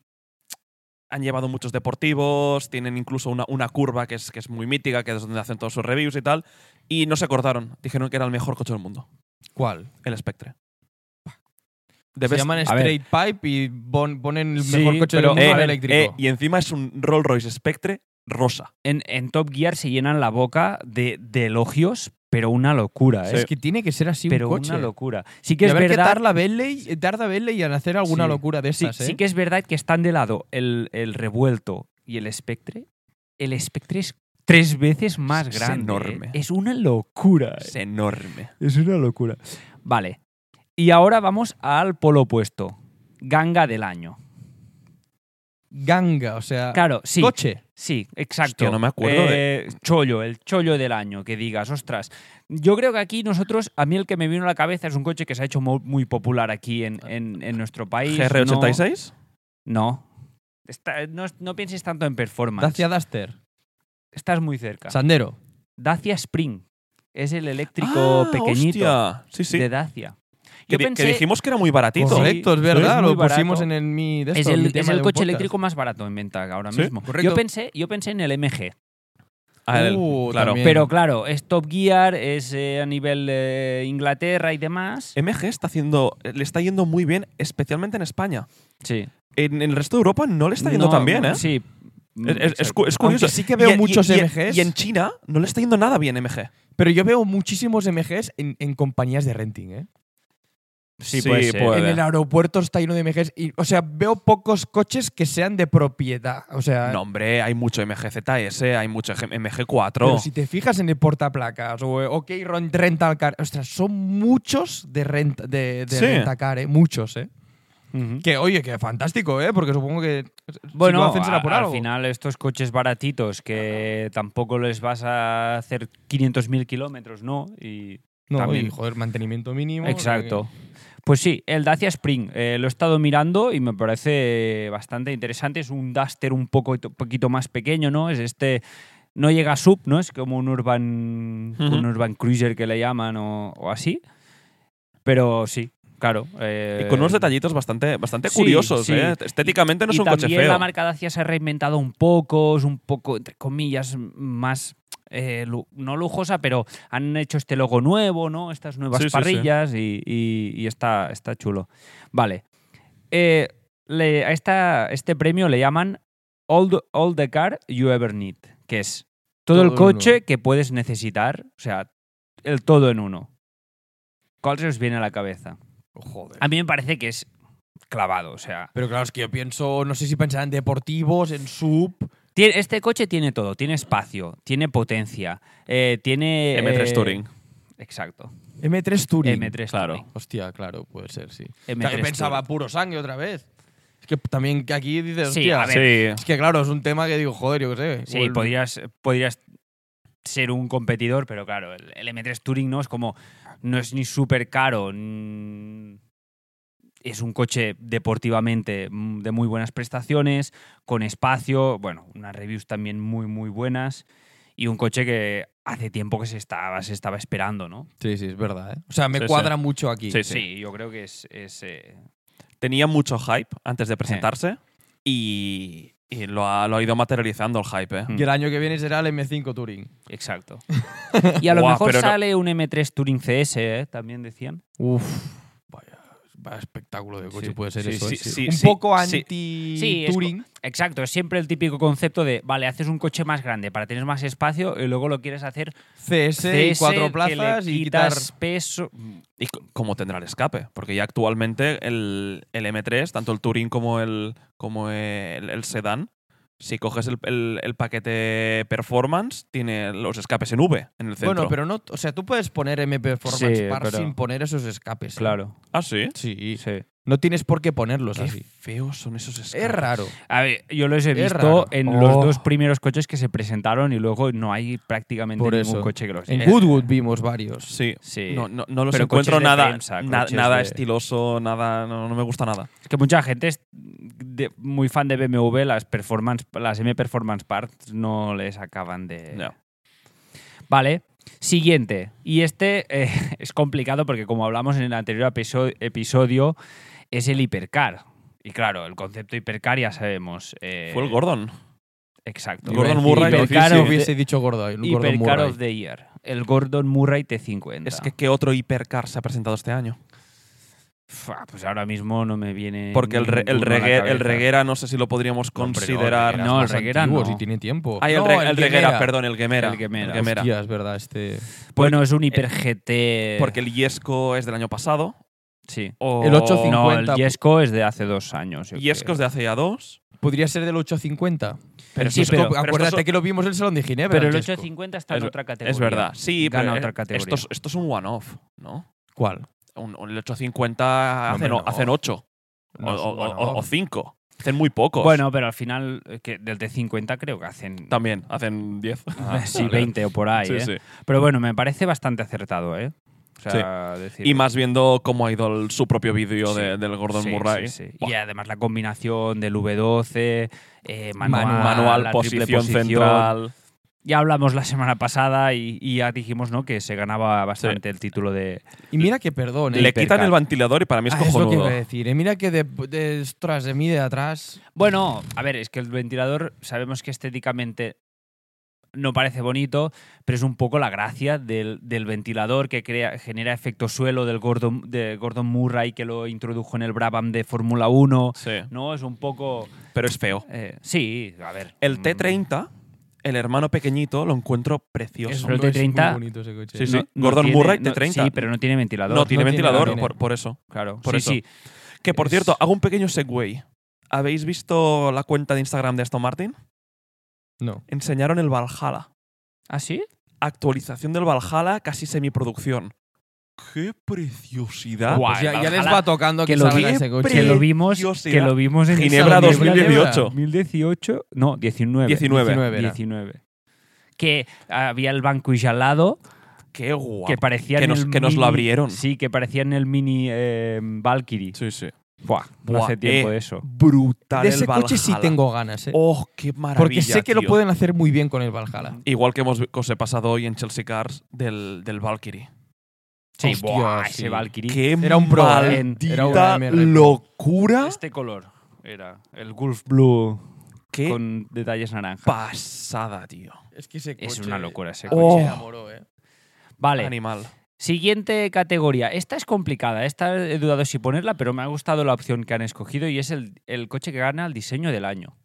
A: han llevado muchos deportivos, tienen incluso una, una curva que es, que es muy mítica, que es donde hacen todos sus reviews y tal, y no se acordaron, dijeron que era el mejor coche del mundo,
B: ¿cuál?
A: el Spectre. De
B: Se
A: best-
B: llaman
C: a ver.
B: Straight Pipe y pon- ponen el
C: Sí,
B: mejor coche del
C: pero-
B: mundo
A: Eh,
B: al
A: eh,
B: eléctrico.
A: y encima es un Rolls Royce Spectre rosa.
C: En, en Top Gear se llenan la boca de, de elogios, pero una locura, ¿eh?
B: Es que tiene que ser así
C: pero
B: un coche.
C: una locura. Sí
B: Y
C: que
B: a
C: es
B: ver que
C: verdad.
B: tarda Bentley, eh, tarda Bentley en hacer alguna
C: Sí.
B: locura de
C: sí,
B: esas, ¿eh?
C: sí que es verdad que están de lado el, el revuelto y el espectre. El espectre es tres veces más
A: Es
C: grande. ¿eh?
A: enorme.
C: Es una locura. ¿eh?
A: Es enorme.
C: Es una locura. Vale. Y ahora vamos al polo opuesto. Ganga del año.
B: Ganga, o sea,
C: Claro, sí.
B: coche.
C: Sí, exacto.
A: Hostia, no me acuerdo
C: Eh, Chollo, el chollo del año, que digas, ostras. Yo creo que aquí nosotros, a mí el que me vino a la cabeza es un coche que se ha hecho mo- muy popular aquí en, en- en nuestro país.
A: GR86.
C: No. no. Está- no, no pienses tanto en performance.
B: Dacia Duster,
C: Estás muy cerca.
B: Sandero.
C: Dacia Spring. Es el eléctrico
A: Ah,
C: pequeñito
A: hostia. Sí, sí.
C: de Dacia.
A: que,
C: Yo
A: di- que
C: pensé-
A: dijimos que era muy baratito.
C: Correcto.
B: Correcto, es
C: Sí,
B: verdad,
C: es
B: lo
C: muy barato.
B: pusimos en el mi de
C: Es
B: esto, en mi
C: el,
B: tema
C: es
B: de
C: el
B: un
C: coche
B: podcast.
C: eléctrico más barato en venta ahora
A: Sí,
C: mismo.
B: correcto.
C: Yo pensé, yo pensé en el MG,
A: Ah, el-
B: Uh,
A: claro.
B: también.
C: pero claro, es Top Gear, es eh, a nivel eh, Inglaterra y demás.
A: MG está haciendo, le está yendo muy bien, especialmente en España.
C: Sí.
A: En, en el resto de Europa no le está yendo tan bien, ¿eh?
C: Sí.
A: Es, es- es
C: Mm, Exacto.
A: cu- es curioso.
B: Aunque sí que veo muchos
A: y-
B: MGs.
A: Y en China no le está yendo nada bien MG.
B: Pero yo veo muchísimos MGs en, en compañías de renting, ¿eh?
C: Sí,
A: Sí,
C: puede ser.
A: puede.
B: En el aeropuerto está lleno de MGs. Y, o sea, veo pocos coches que sean de propiedad. O sea,
A: No, hombre, hay mucho MGZS, hay mucho
B: pero
A: MG4.
B: si te fijas en el portaplacas o eh, OK Ron- Rental Car, ostras, son muchos de, renta, de, de
A: Sí.
B: rentacar, ¿eh? Muchos, ¿eh?
C: Ah, Ujú.
B: Que, oye, que fantástico, ¿eh? Porque supongo que
C: Bueno,
B: si lo hacen será
C: a-
B: por
C: al
B: algo.
C: final estos coches baratitos que tampoco les vas a hacer 500.000 kilómetros, ¿no? Y
B: no,
C: también-
B: y, joder, mantenimiento mínimo.
C: Exacto. Pues sí, el Dacia Spring. eh, lo he estado mirando y me parece bastante interesante. Es un Duster un poco, poquito más pequeño, ¿no? Es este. No llega a sub, ¿no? Es como un urban,
A: Ujú.
C: un urban cruiser que le llaman o, o así. Pero sí, claro. eh,
A: Y con unos detallitos bastante, bastante
C: sí,
A: curiosos,
C: sí.
A: ¿eh? Estéticamente no
C: y
A: es un coche
C: también
A: feo.
C: la marca Dacia se ha reinventado un poco, es un poco, entre comillas, más, eh, lu- no lujosa, pero han hecho este logo nuevo, ¿no? Estas nuevas
A: Sí, sí, sí.
C: parrillas y- y, y está, está chulo. Vale. Eh, le- a esta, este premio le llaman all the, all the Car You Ever Need, que es todo,
B: Todo
C: el
B: en
C: coche
B: uno.
C: que puedes necesitar, o sea, el todo en uno. ¿Cuál se os viene a la cabeza?
B: Joder.
C: A mí me parece que es clavado, o sea,
B: Pero claro, es que yo pienso, no sé si pensarán en deportivos, en sub.
C: Tiene- este coche tiene todo, tiene espacio, tiene potencia, eh, tiene...
A: M3
C: eh,
A: Touring.
C: Exacto.
B: M3 Touring.
C: M3
A: Claro.
C: Touring.
B: Hostia, claro, puede ser, sí.
C: M3
B: Claro, yo pensaba
C: Touring.
B: puro sangre otra vez. Es que también que aquí dices,
C: Sí,
B: hostia,
C: a ver.
B: es que claro, es un tema que digo, joder, yo qué sé.
C: Sí,
B: O el-
C: podrías, podrías ser un competidor, pero claro, el, el M3 Touring no es como... No es ni súper caro. mm, Es un coche deportivamente mm, de muy buenas prestaciones, con espacio, bueno, unas reviews también muy, muy buenas y un coche que hace tiempo que se estaba, se estaba esperando, ¿no?
B: Sí, sí, es verdad, ¿eh? O sea, me
A: Sí,
B: cuadra mucho aquí.
A: Sí, sí.
C: yo creo que es... es, eh,
A: Tenía mucho hype antes de presentarse y, y lo, ha, lo ha ido materializando el hype, ¿eh?
C: Mm.
B: Y el año que viene será el M5 Touring.
C: Exacto. y a lo
A: Guau,
C: mejor
A: pero no-
C: sale un M3 Touring CS, ¿eh? también decían.
B: Uf, vaya. va, espectáculo de coche
C: Sí,
B: puede ser
A: sí,
B: eso.
A: sí,
B: ¿eh?
A: sí,
B: un
A: sí,
B: poco
A: sí.
C: Sí, es co-
B: anti-touring.
C: Exacto, es siempre el típico concepto de, vale, haces un coche más grande para tener más espacio y luego lo quieres hacer
B: CS, y
C: CS,
B: cuatro
C: que
B: plazas
C: le
B: y quitar.
C: quitas peso.
A: ¿Y c- cómo tendrá el escape? Porque ya actualmente el, el M3, tanto el Touring como el, como el, el sedán, si coges el, el- el paquete Performance, tiene los escapes en V en el centro.
B: Bueno, pero no. O sea, tú puedes poner MP Performance
C: Sí,
B: Par
C: pero-
B: sin poner esos escapes. ¿eh?
C: Claro.
A: Ah, sí.
B: Sí.
C: sí.
B: No tienes por qué ponerlos
A: Qué
B: así.
A: feos son esos escapes.
B: Es raro.
C: A ver, yo los he
B: Es
C: visto
B: raro.
C: en los
B: Oh.
C: dos primeros coches que se presentaron y luego no hay prácticamente
B: Por
C: ningún
B: eso.
C: coche que los
B: Pues En
A: Eh,
C: lleve.
B: Goodwood vimos varios.
A: Sí.
C: Sí.
A: No, no, no los
C: Pero
A: encuentro
C: coches de
A: nada,
C: prensa,
A: na-
C: coches
A: nada
C: de-
A: estiloso, nada, no, no me gusta nada.
C: Es que mucha gente es de- muy fan de BMW, las performance, las M Performance Parts no les acaban de.
A: No.
C: Vale. Siguiente. Y este eh, es complicado porque, como hablamos en el anterior episo- episodio, es el hipercar. Y claro, el concepto hipercar ya sabemos. eh,
A: Fue el Gordon.
C: Exacto.
A: Gordon
B: Iba a decir
A: Murray,
C: Hipercar
A: sí.
B: No
C: of the-
B: hubiese dicho gordo. Gordon
C: Hipercar
B: Murray.
C: of the Year. El Gordon Murray T50.
A: Es que ¿qué otro hipercar se ha presentado este año?
C: Fua, pues ahora mismo no me viene.
A: Porque el, re- el,
C: ninguno a la
A: Reguer- el
C: cabeza.
A: Reguera no sé si lo podríamos
B: Hombre, no,
A: considerar.
B: Reguera es
C: No, el
B: más
C: Reguera
B: antiguo,
C: no.
B: Si tiene tiempo.
A: Ay, el,
B: No,
A: Re- el Reguera,
B: Gemera.
A: perdón, el Gemera.
C: El Gemera.
B: Hostia, es verdad, este.
C: Bueno, es un hiper GT.
A: eh, Porque el Yesco es del año pasado.
C: Sí.
A: O
B: El 850.
C: No, el Yesco es de hace dos años. yo
A: Yesco es
C: creo.
A: de hace ya dos.
B: Podría ser del 850.
C: Pero
B: Sí,
C: sí, pero,
B: pero
A: pero
B: acuérdate
A: estos-
B: que lo vimos en el Salón de Ginebra.
C: pero el
B: Chesco.
C: 850 está en
A: Es-
C: otra categoría.
A: Es verdad. Sí,
C: Gana
A: pero
C: otra
A: eh,
C: categoría.
A: Esto es, esto es un one-off, ¿no?
B: ¿Cuál?
A: Un, un- el 850
B: No,
A: hacen,
B: hombre, no.
A: hacen ocho.
B: No
A: o,
B: es
A: o-
B: un
A: o-
B: one-off.
A: o cinco. Hacen muy pocos.
C: Bueno, pero al final, eh, que del T50 creo que hacen.
A: También, hacen 10.
C: ah, sí,
A: vale.
C: 20 o por ahí.
A: Sí,
C: eh.
A: sí.
C: Pero bueno, me parece bastante acertado, ¿eh? O sea, decir-
A: Y más viendo cómo ha ido el- su propio vídeo
C: Sí.
A: de- del Gordon
C: Sí,
A: Murray.
C: sí, sí.
A: Buah.
C: Y además la combinación del V12, eh, manual,
A: Manual,
C: la triple
A: posición, central.
C: Ya hablamos la semana pasada y, y ya dijimos ¿no? que se ganaba bastante el título de.
B: Y mira que perdón, ¿eh?
A: Le quitan
C: hipercar.
A: el ventilador y para mí es
B: Ah, es lo que iba
A: cojonudo.
B: a decir. ¿eh? Mira que de, de, ostras, de mí de atrás.
C: Bueno, a ver, es que el ventilador sabemos que estéticamente no parece bonito, pero es un poco la gracia del, del ventilador que crea, genera efecto suelo del Gordon, de Gordon Murray que lo introdujo en el Brabham de Fórmula 1.
A: Sí,
C: No, es un poco.
A: pero es feo.
C: eh, sí, a ver.
A: El
C: mm,
A: T30, el hermano pequeñito, lo encuentro
C: Es
A: precioso.
C: Pero el
B: No es muy
C: T30
B: bonito ese coche.
A: Sí, sí. Gordon
C: tiene-
A: Murray
C: no-
A: T30.
C: Sí, pero no tiene ventilador.
A: no tiene
B: no tiene,
A: ventilador,
B: no tiene.
A: Por, por eso.
C: Claro,
A: Por
C: sí,
A: eso.
C: sí.
A: Que por
C: Es-
A: cierto, hago un pequeño segue. ¿Habéis visto la cuenta de Instagram de Aston Martin?
B: No.
A: Enseñaron el Valhalla.
C: ¿Ah, sí?
A: Actualización del Valhalla, casi semiproducción. ¡Qué preciosidad!
C: Guau,
B: Pues ya, ya les
C: ojalá
B: va tocando que,
C: que lo
B: salga
A: vi-
B: ese
C: Que
B: coche.
C: lo vimos,
A: Preciosidad.
C: que lo vimos en
A: Ginebra
C: Ginebra
A: 2018.
C: 2018, no, 19.
A: 19.
B: 19 era.
C: 19. Que había el banco hialado,
A: ¡Qué guapo!
C: que parecía
A: Que
C: en
A: nos-
C: el
A: que nos lo
C: mini-
A: abrieron.
C: Sí, que parecía en el mini eh, Valkyrie.
A: Sí, sí.
C: Buah, no
A: Buah,
C: hace tiempo
A: eh,
C: de eso.
A: Brutal
B: De
A: el
B: ese coche sí
A: Valhalla.
B: tengo ganas, ¿eh?
A: ¡Oh, qué maravilla!
B: Porque sé que lo
A: tío.
B: pueden hacer muy bien con el Valhalla.
A: Igual que hemos que os he pasado hoy en Chelsea Cars del, del Valkyrie.
C: Sí,
B: Hostia,
C: buah,
B: sí.
C: ese Valkyrie.
A: ¡Qué
B: Era un pro, ¿eh?
A: maldita
B: Era una MR.
A: locura!
C: Este color era el Gulf Blue
A: ¡Qué
C: con detalles naranja.
A: pasada, tío!
B: Es que ese
C: Es una locura ese
A: Oh.
C: coche.
A: coche.
B: enamoró, ¿eh?
C: Vale,
A: Animal.
C: Siguiente categoría. Esta es complicada. Esta he dudado si ponerla, pero me ha gustado la opción que han escogido y es el, el coche que gana el diseño del año.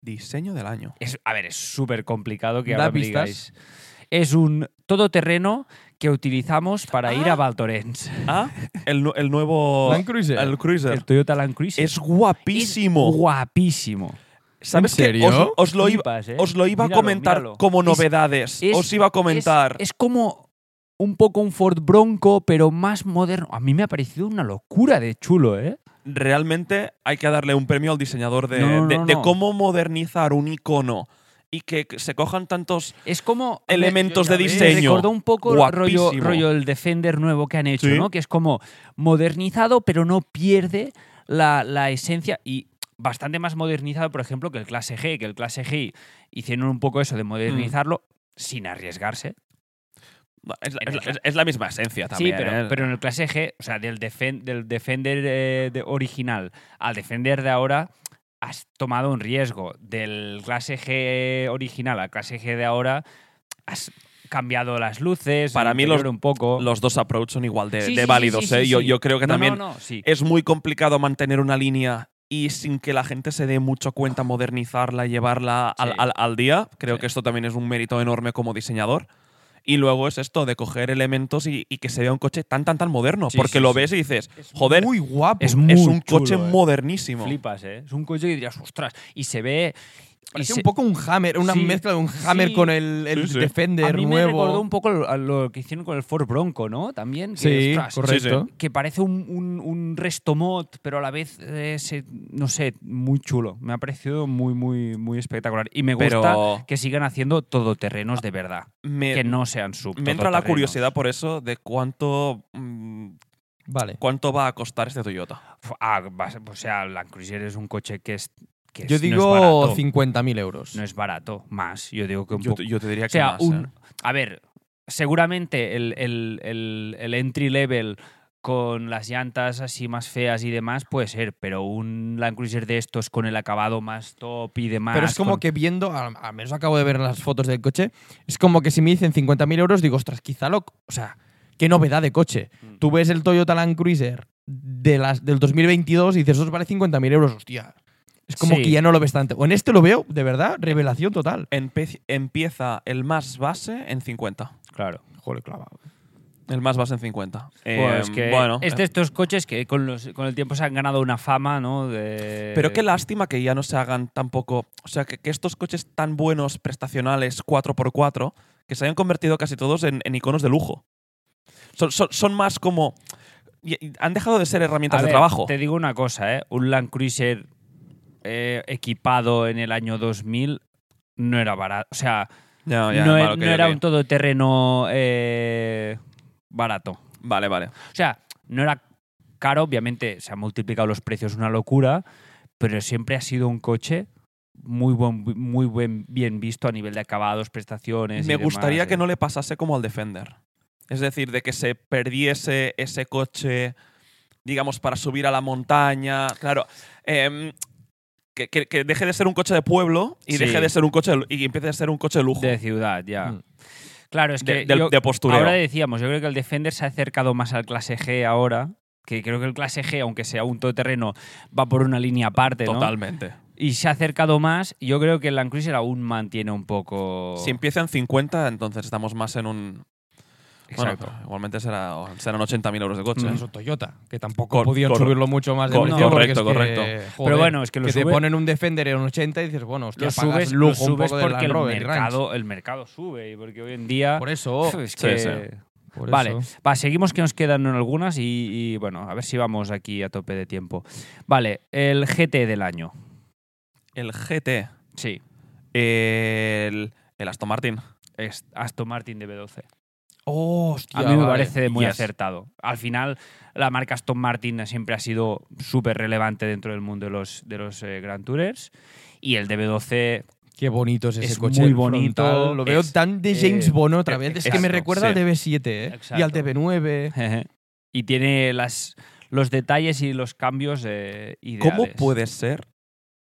A: Diseño del año.
C: Es, a ver, es súper complicado que
B: Da
C: ahora me
B: pistas.
C: digáis. Es un todoterreno que utilizamos para ir a Valtorens.
A: Ah, el, nu- el
C: Oh,
A: nuevo.
B: Land Cruiser.
A: El Cruiser.
C: El Toyota Land Cruiser.
A: Es guapísimo.
C: Es guapísimo.
A: ¿Sabes
B: ¿En
A: qué?
B: serio?
A: Os, os lo iba,
C: Flipas, ¿eh?
A: os lo iba
C: Míralo,
A: a comentar
C: míralo.
A: como
C: Es-
A: novedades.
C: es-
A: os iba a comentar.
C: Es, es como un poco un Ford Bronco, pero más moderno. A mí me ha parecido una locura de chulo, ¿eh?
A: Realmente hay que darle un premio al diseñador de,
C: No, no,
A: de-
C: no,
A: de
C: no.
A: cómo modernizar un icono y que se cojan tantos
C: Es como
A: elementos de
B: ya ves.
C: Me
A: diseño.
C: recordó un poco rollo,
A: Guapísimo.
C: rollo el Defender nuevo que han hecho,
A: Sí.
C: ¿no? Que es como modernizado, pero no pierde la, la esencia y bastante más modernizado, por ejemplo, que el Clase G, que el Clase G hicieron un poco eso de modernizarlo sin arriesgarse.
A: Es la, es la- es- es la misma esencia también.
C: sí, pero,
A: ¿eh?
C: pero en el Clase G, o sea, del, defen- del Defender eh, de- original al Defender de ahora, has tomado un riesgo. Del Clase G original al Clase G de ahora, has cambiado las luces, el
A: Para mí los-
C: interior un poco.
A: Los dos approach son igual de,
C: Sí,
A: de
C: sí, sí,
A: válidos,
C: sí, sí,
A: ¿eh?
C: sí.
A: Yo, yo creo que
C: No, no,
A: también
C: no, sí.
A: es muy complicado mantener una línea y sin que la gente se dé mucho cuenta modernizarla y llevarla al,
C: Sí.
A: al- al día. Creo
C: Sí.
A: que esto también es un mérito enorme como diseñador. Y luego es esto de coger elementos y, y que se vea un coche tan, tan, tan moderno.
C: Sí,
A: porque
C: sí,
A: lo
C: sí.
A: ves y dices, joder,
B: muy guapo.
C: es
A: es
C: muy
A: un coche
C: chulo, eh.
A: modernísimo.
C: Flipas, ¿eh? Es un coche que dirías, ostras, y se ve... y
B: Parecía
C: se-
B: un poco un Hammer, una
C: Sí,
B: mezcla de un Hammer
C: sí.
B: con el, el
A: Sí, sí.
B: Defender
C: a mí
B: nuevo.
C: me recordó un poco lo- a lo que hicieron con el Ford Bronco, ¿no? También. que,
B: sí,
C: ostras,
B: correcto.
A: sí,
C: Que parece un, un, un resto mod, pero a la vez, eh, se- no sé, muy chulo. Me ha parecido muy, muy, muy espectacular. Y me gusta
A: Pero-
C: que sigan haciendo todoterrenos de verdad.
A: Me,
C: que no sean sub.
A: me entra la
C: todoterrenos.
A: curiosidad por eso de cuánto, mm,
B: Vale.
A: cuánto va a costar este Toyota.
C: Fu- Ah, va a ser- o sea, Land Cruiser es un coche que es. que
B: Yo
C: es-
B: digo
C: No es, barato,
B: 50.000 euros.
C: No es barato, más. Yo digo que un
A: Yo,
C: poco.
A: te- yo te diría
C: o sea,
A: que más,
C: un-
A: ¿eh?
C: a ver, seguramente el, el- el- el entry level con las llantas así más feas y demás puede ser, pero un Land Cruiser de estos con el acabado más top y demás.
B: Pero es como
C: con-
B: que viendo, al, al menos acabo de ver las fotos del coche, es como que si me dicen 50.000 euros, digo, ostras, quizá lo. O sea, qué novedad de coche.
C: Mm.
B: Tú ves el Toyota Land Cruiser de las, del 2022 y dices, eso vale 50.000 euros, hostia. Es como
C: Sí.
B: que ya no lo ves tanto. O en este lo veo, de verdad, revelación total.
A: Empe- empieza el más base en 50.
C: Claro.
B: Joder, clavado.
A: El más base en 50.
C: Pues
A: Eh,
C: que
A: bueno,
C: es
A: eh,
C: de estos coches que con, los, con el tiempo se han ganado una fama, ¿no? De-
A: pero qué lástima que ya no se hagan tampoco. O sea, que, que estos coches tan buenos, prestacionales, 4x4, que se hayan convertido casi todos en, en iconos de lujo. Son, son- son más como. y- y Han dejado de ser herramientas
C: A
A: de
C: ver,
A: trabajo.
C: Te digo una cosa, ¿eh? Un Land Cruiser eh, equipado en el año 2000 no era barato. O sea,
A: Ya, ya,
C: no, e-
A: vale, ok,
C: no era
A: ok.
C: un todoterreno eh, barato.
A: Vale, vale.
C: O sea, no era caro, obviamente se han multiplicado los precios una locura, pero siempre ha sido un coche muy buen, muy buen, bien visto a nivel de acabados, prestaciones.
A: Me
C: y demás,
A: gustaría
C: ¿eh?
A: que no le pasase como al Defender. Es decir, de que se perdiese ese coche, digamos, para subir a la montaña. Claro. em, que, que- que deje de ser un coche de pueblo y
C: Sí.
A: deje de ser un coche de lu- y empiece a ser un coche de lujo.
C: de ciudad, ya.
B: Mm.
C: Claro, es que
A: de, del-
C: yo-
A: de postureo.
C: Ahora decíamos, yo creo que el Defender se ha acercado más al clase G ahora, que creo que el clase G, aunque sea un todoterreno, va por una línea aparte, ¿no?
A: Totalmente.
C: Y se ha acercado más, y yo creo que el Land Cruiser aún mantiene un poco...
A: Si empieza en 50, entonces estamos más en un. bueno,
C: Exacto.
A: pero igualmente será, serán 80.000 euros de coche.
C: Mm.
B: Eso Toyota, que tampoco
A: Cor-
B: podían
A: cor-
B: subirlo mucho más de
A: cor-
B: precio, porque es
A: correcto,
B: que,
A: correcto.
B: joder,
C: Pero bueno, es que lo
B: que te
C: sube-
B: ponen un Defender en un 80 y dices, bueno, hostia,
C: lo
B: pagas
C: subes, lo
B: lujo un
C: subes
B: poco del
C: porque
B: Land
C: el
B: Rover y Range.
C: mercado, el mercado sube, y porque hoy en día...
B: Por eso.
C: es
A: Sí,
C: que-
A: sí.
B: por
C: vale,
B: eso.
C: va, seguimos que nos quedan algunas y, y, bueno, a ver si vamos aquí a tope de tiempo. Vale, el GT del año.
A: El GT.
C: Sí,
A: El, el Aston Martin.
C: es Aston Martin de B12.
B: Oh, hostia,
C: A mí me
B: vale.
C: parece muy
A: Yes.
C: acertado. Al final, la marca Aston Martin siempre ha sido súper relevante dentro del mundo de los, de los eh, Grand Tourers. Y el DB12,
B: Qué bonito es ese
C: Es
B: coche.
C: muy
B: el
C: bonito,
B: frontal. Lo veo
C: es-
B: tan de James
C: eh,
B: Bond otra
C: eh,
B: vez. Es que me
C: exacto,
B: recuerda
A: sí.
B: al DB7 ¿eh? y al
C: Exacto.
B: DB9.
C: jeje, y tiene las, los detalles y los cambios eh, ideales.
A: ¿Cómo puede ser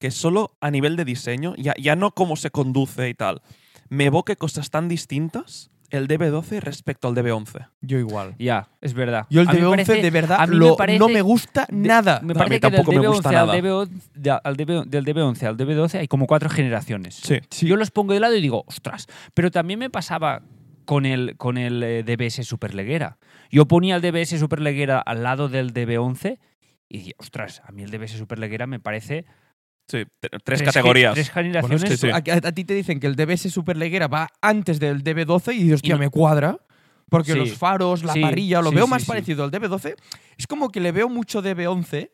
A: que solo a nivel de diseño, ya, ya no cómo se conduce y tal, me evoque cosas tan distintas el DB12 respecto al DB11?
B: Yo igual.
C: Ya, es verdad.
B: Yo el
C: A mí me
B: DB11
C: parece-
B: de
C: a
B: verdad
C: mí me
B: lo-
C: parece-
B: no me gusta
C: de-
B: nada.
C: Me
A: A
C: parece
A: mí
C: que
A: tampoco me
C: del DB11
A: gusta
C: al
A: nada.
C: DB11 de- al DB del DB11 al DB12 hay como cuatro generaciones.
A: Sí.
C: Yo los pongo de lado y digo, ostras, pero también me pasaba con el, con el eh, DBS Superleguera. Yo ponía el DBS Superleguera al lado del DB11 y dije, ostras, a mí el DBS Superleguera me parece...
A: Sí, te- tres
C: ge-
A: categorías.
C: Tres
B: Bueno,
C: generaciones.
B: es que
A: sí.
B: a, a- a ti te dicen que el DBS Superleguera va antes del DB12 y dices, hostia,
C: Y no-
B: me cuadra. Porque
C: Sí.
B: los faros, la
C: Sí,
B: parrilla, lo
C: sí,
B: veo
C: sí,
B: más
C: sí.
B: parecido al DB12. Es como que le veo mucho DB11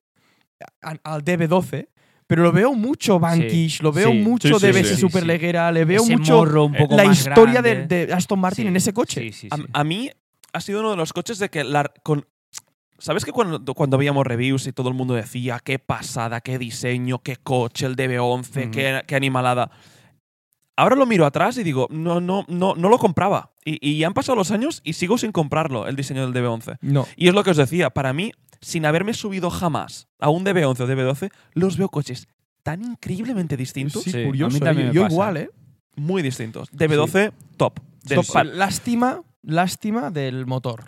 B: a- al DB12, pero lo veo mucho Vanquish, lo veo
C: sí,
A: sí,
B: mucho
A: sí,
B: DBS
A: sí, sí.
B: Superleguera, le veo
C: Ese
B: mucho
C: morro un poco
B: la
C: más
B: historia de,
C: grande.
B: de Aston Martin
C: Sí,
B: en ese coche.
C: Sí, sí,
A: A,
C: sí.
A: a mí ha sido uno de los coches de que la- con- ¿Sabes que cuando, cuando veíamos reviews y todo el mundo decía qué pasada, qué diseño, qué coche, el DB11,
C: Ujú.
A: qué, qué animalada? Ahora lo miro atrás y digo, no, no, no, no lo compraba. Y, y han pasado los años y sigo sin comprarlo, el diseño del DB11.
B: No.
A: Y es lo que os decía, para mí, sin haberme subido jamás a un DB11 o DB12, los veo coches tan increíblemente distintos,
B: Sí,
C: Sí, a mí
B: curioso.
C: también
B: eh.
C: me
B: Yo
C: pasa.
B: igual, ¿eh?
A: muy distintos. DB12, top. denso.
B: Esto, lástima, lástima del motor.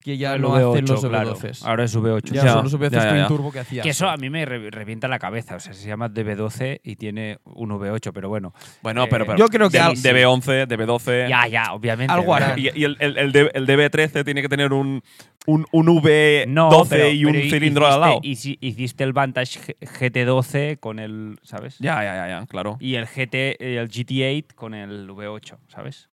B: Que ya
C: El
B: lo
C: V8,
B: hacen los
C: claro.
B: V12s.
C: Ahora es V8.
B: Ya,
A: Ya,
B: son los V12
A: ya, ya,
B: Twin
A: ya.
B: Turbo que hacía.
C: Que eso a mí me re- revienta la cabeza. O sea, se llama DB12 y tiene un V8, pero bueno.
A: Bueno,
C: Eh,
A: pero, pero
B: yo creo que
A: de-
B: al-
A: DB11, DB12.
C: Ya, ya, obviamente.
B: Algo hará.
A: Eh. Y, eh, y el, el- el D- el DB13 tiene que tener un, un, un V12
C: No, pero-
A: y un
C: pero
A: cilindro
C: hiciste,
A: al lado.
C: hici- Hiciste el Vantage G- GT12 con el, ¿sabes?
A: Ya, ya, ya, ya, claro.
C: Y el GT, el GT8 con el V8, ¿sabes?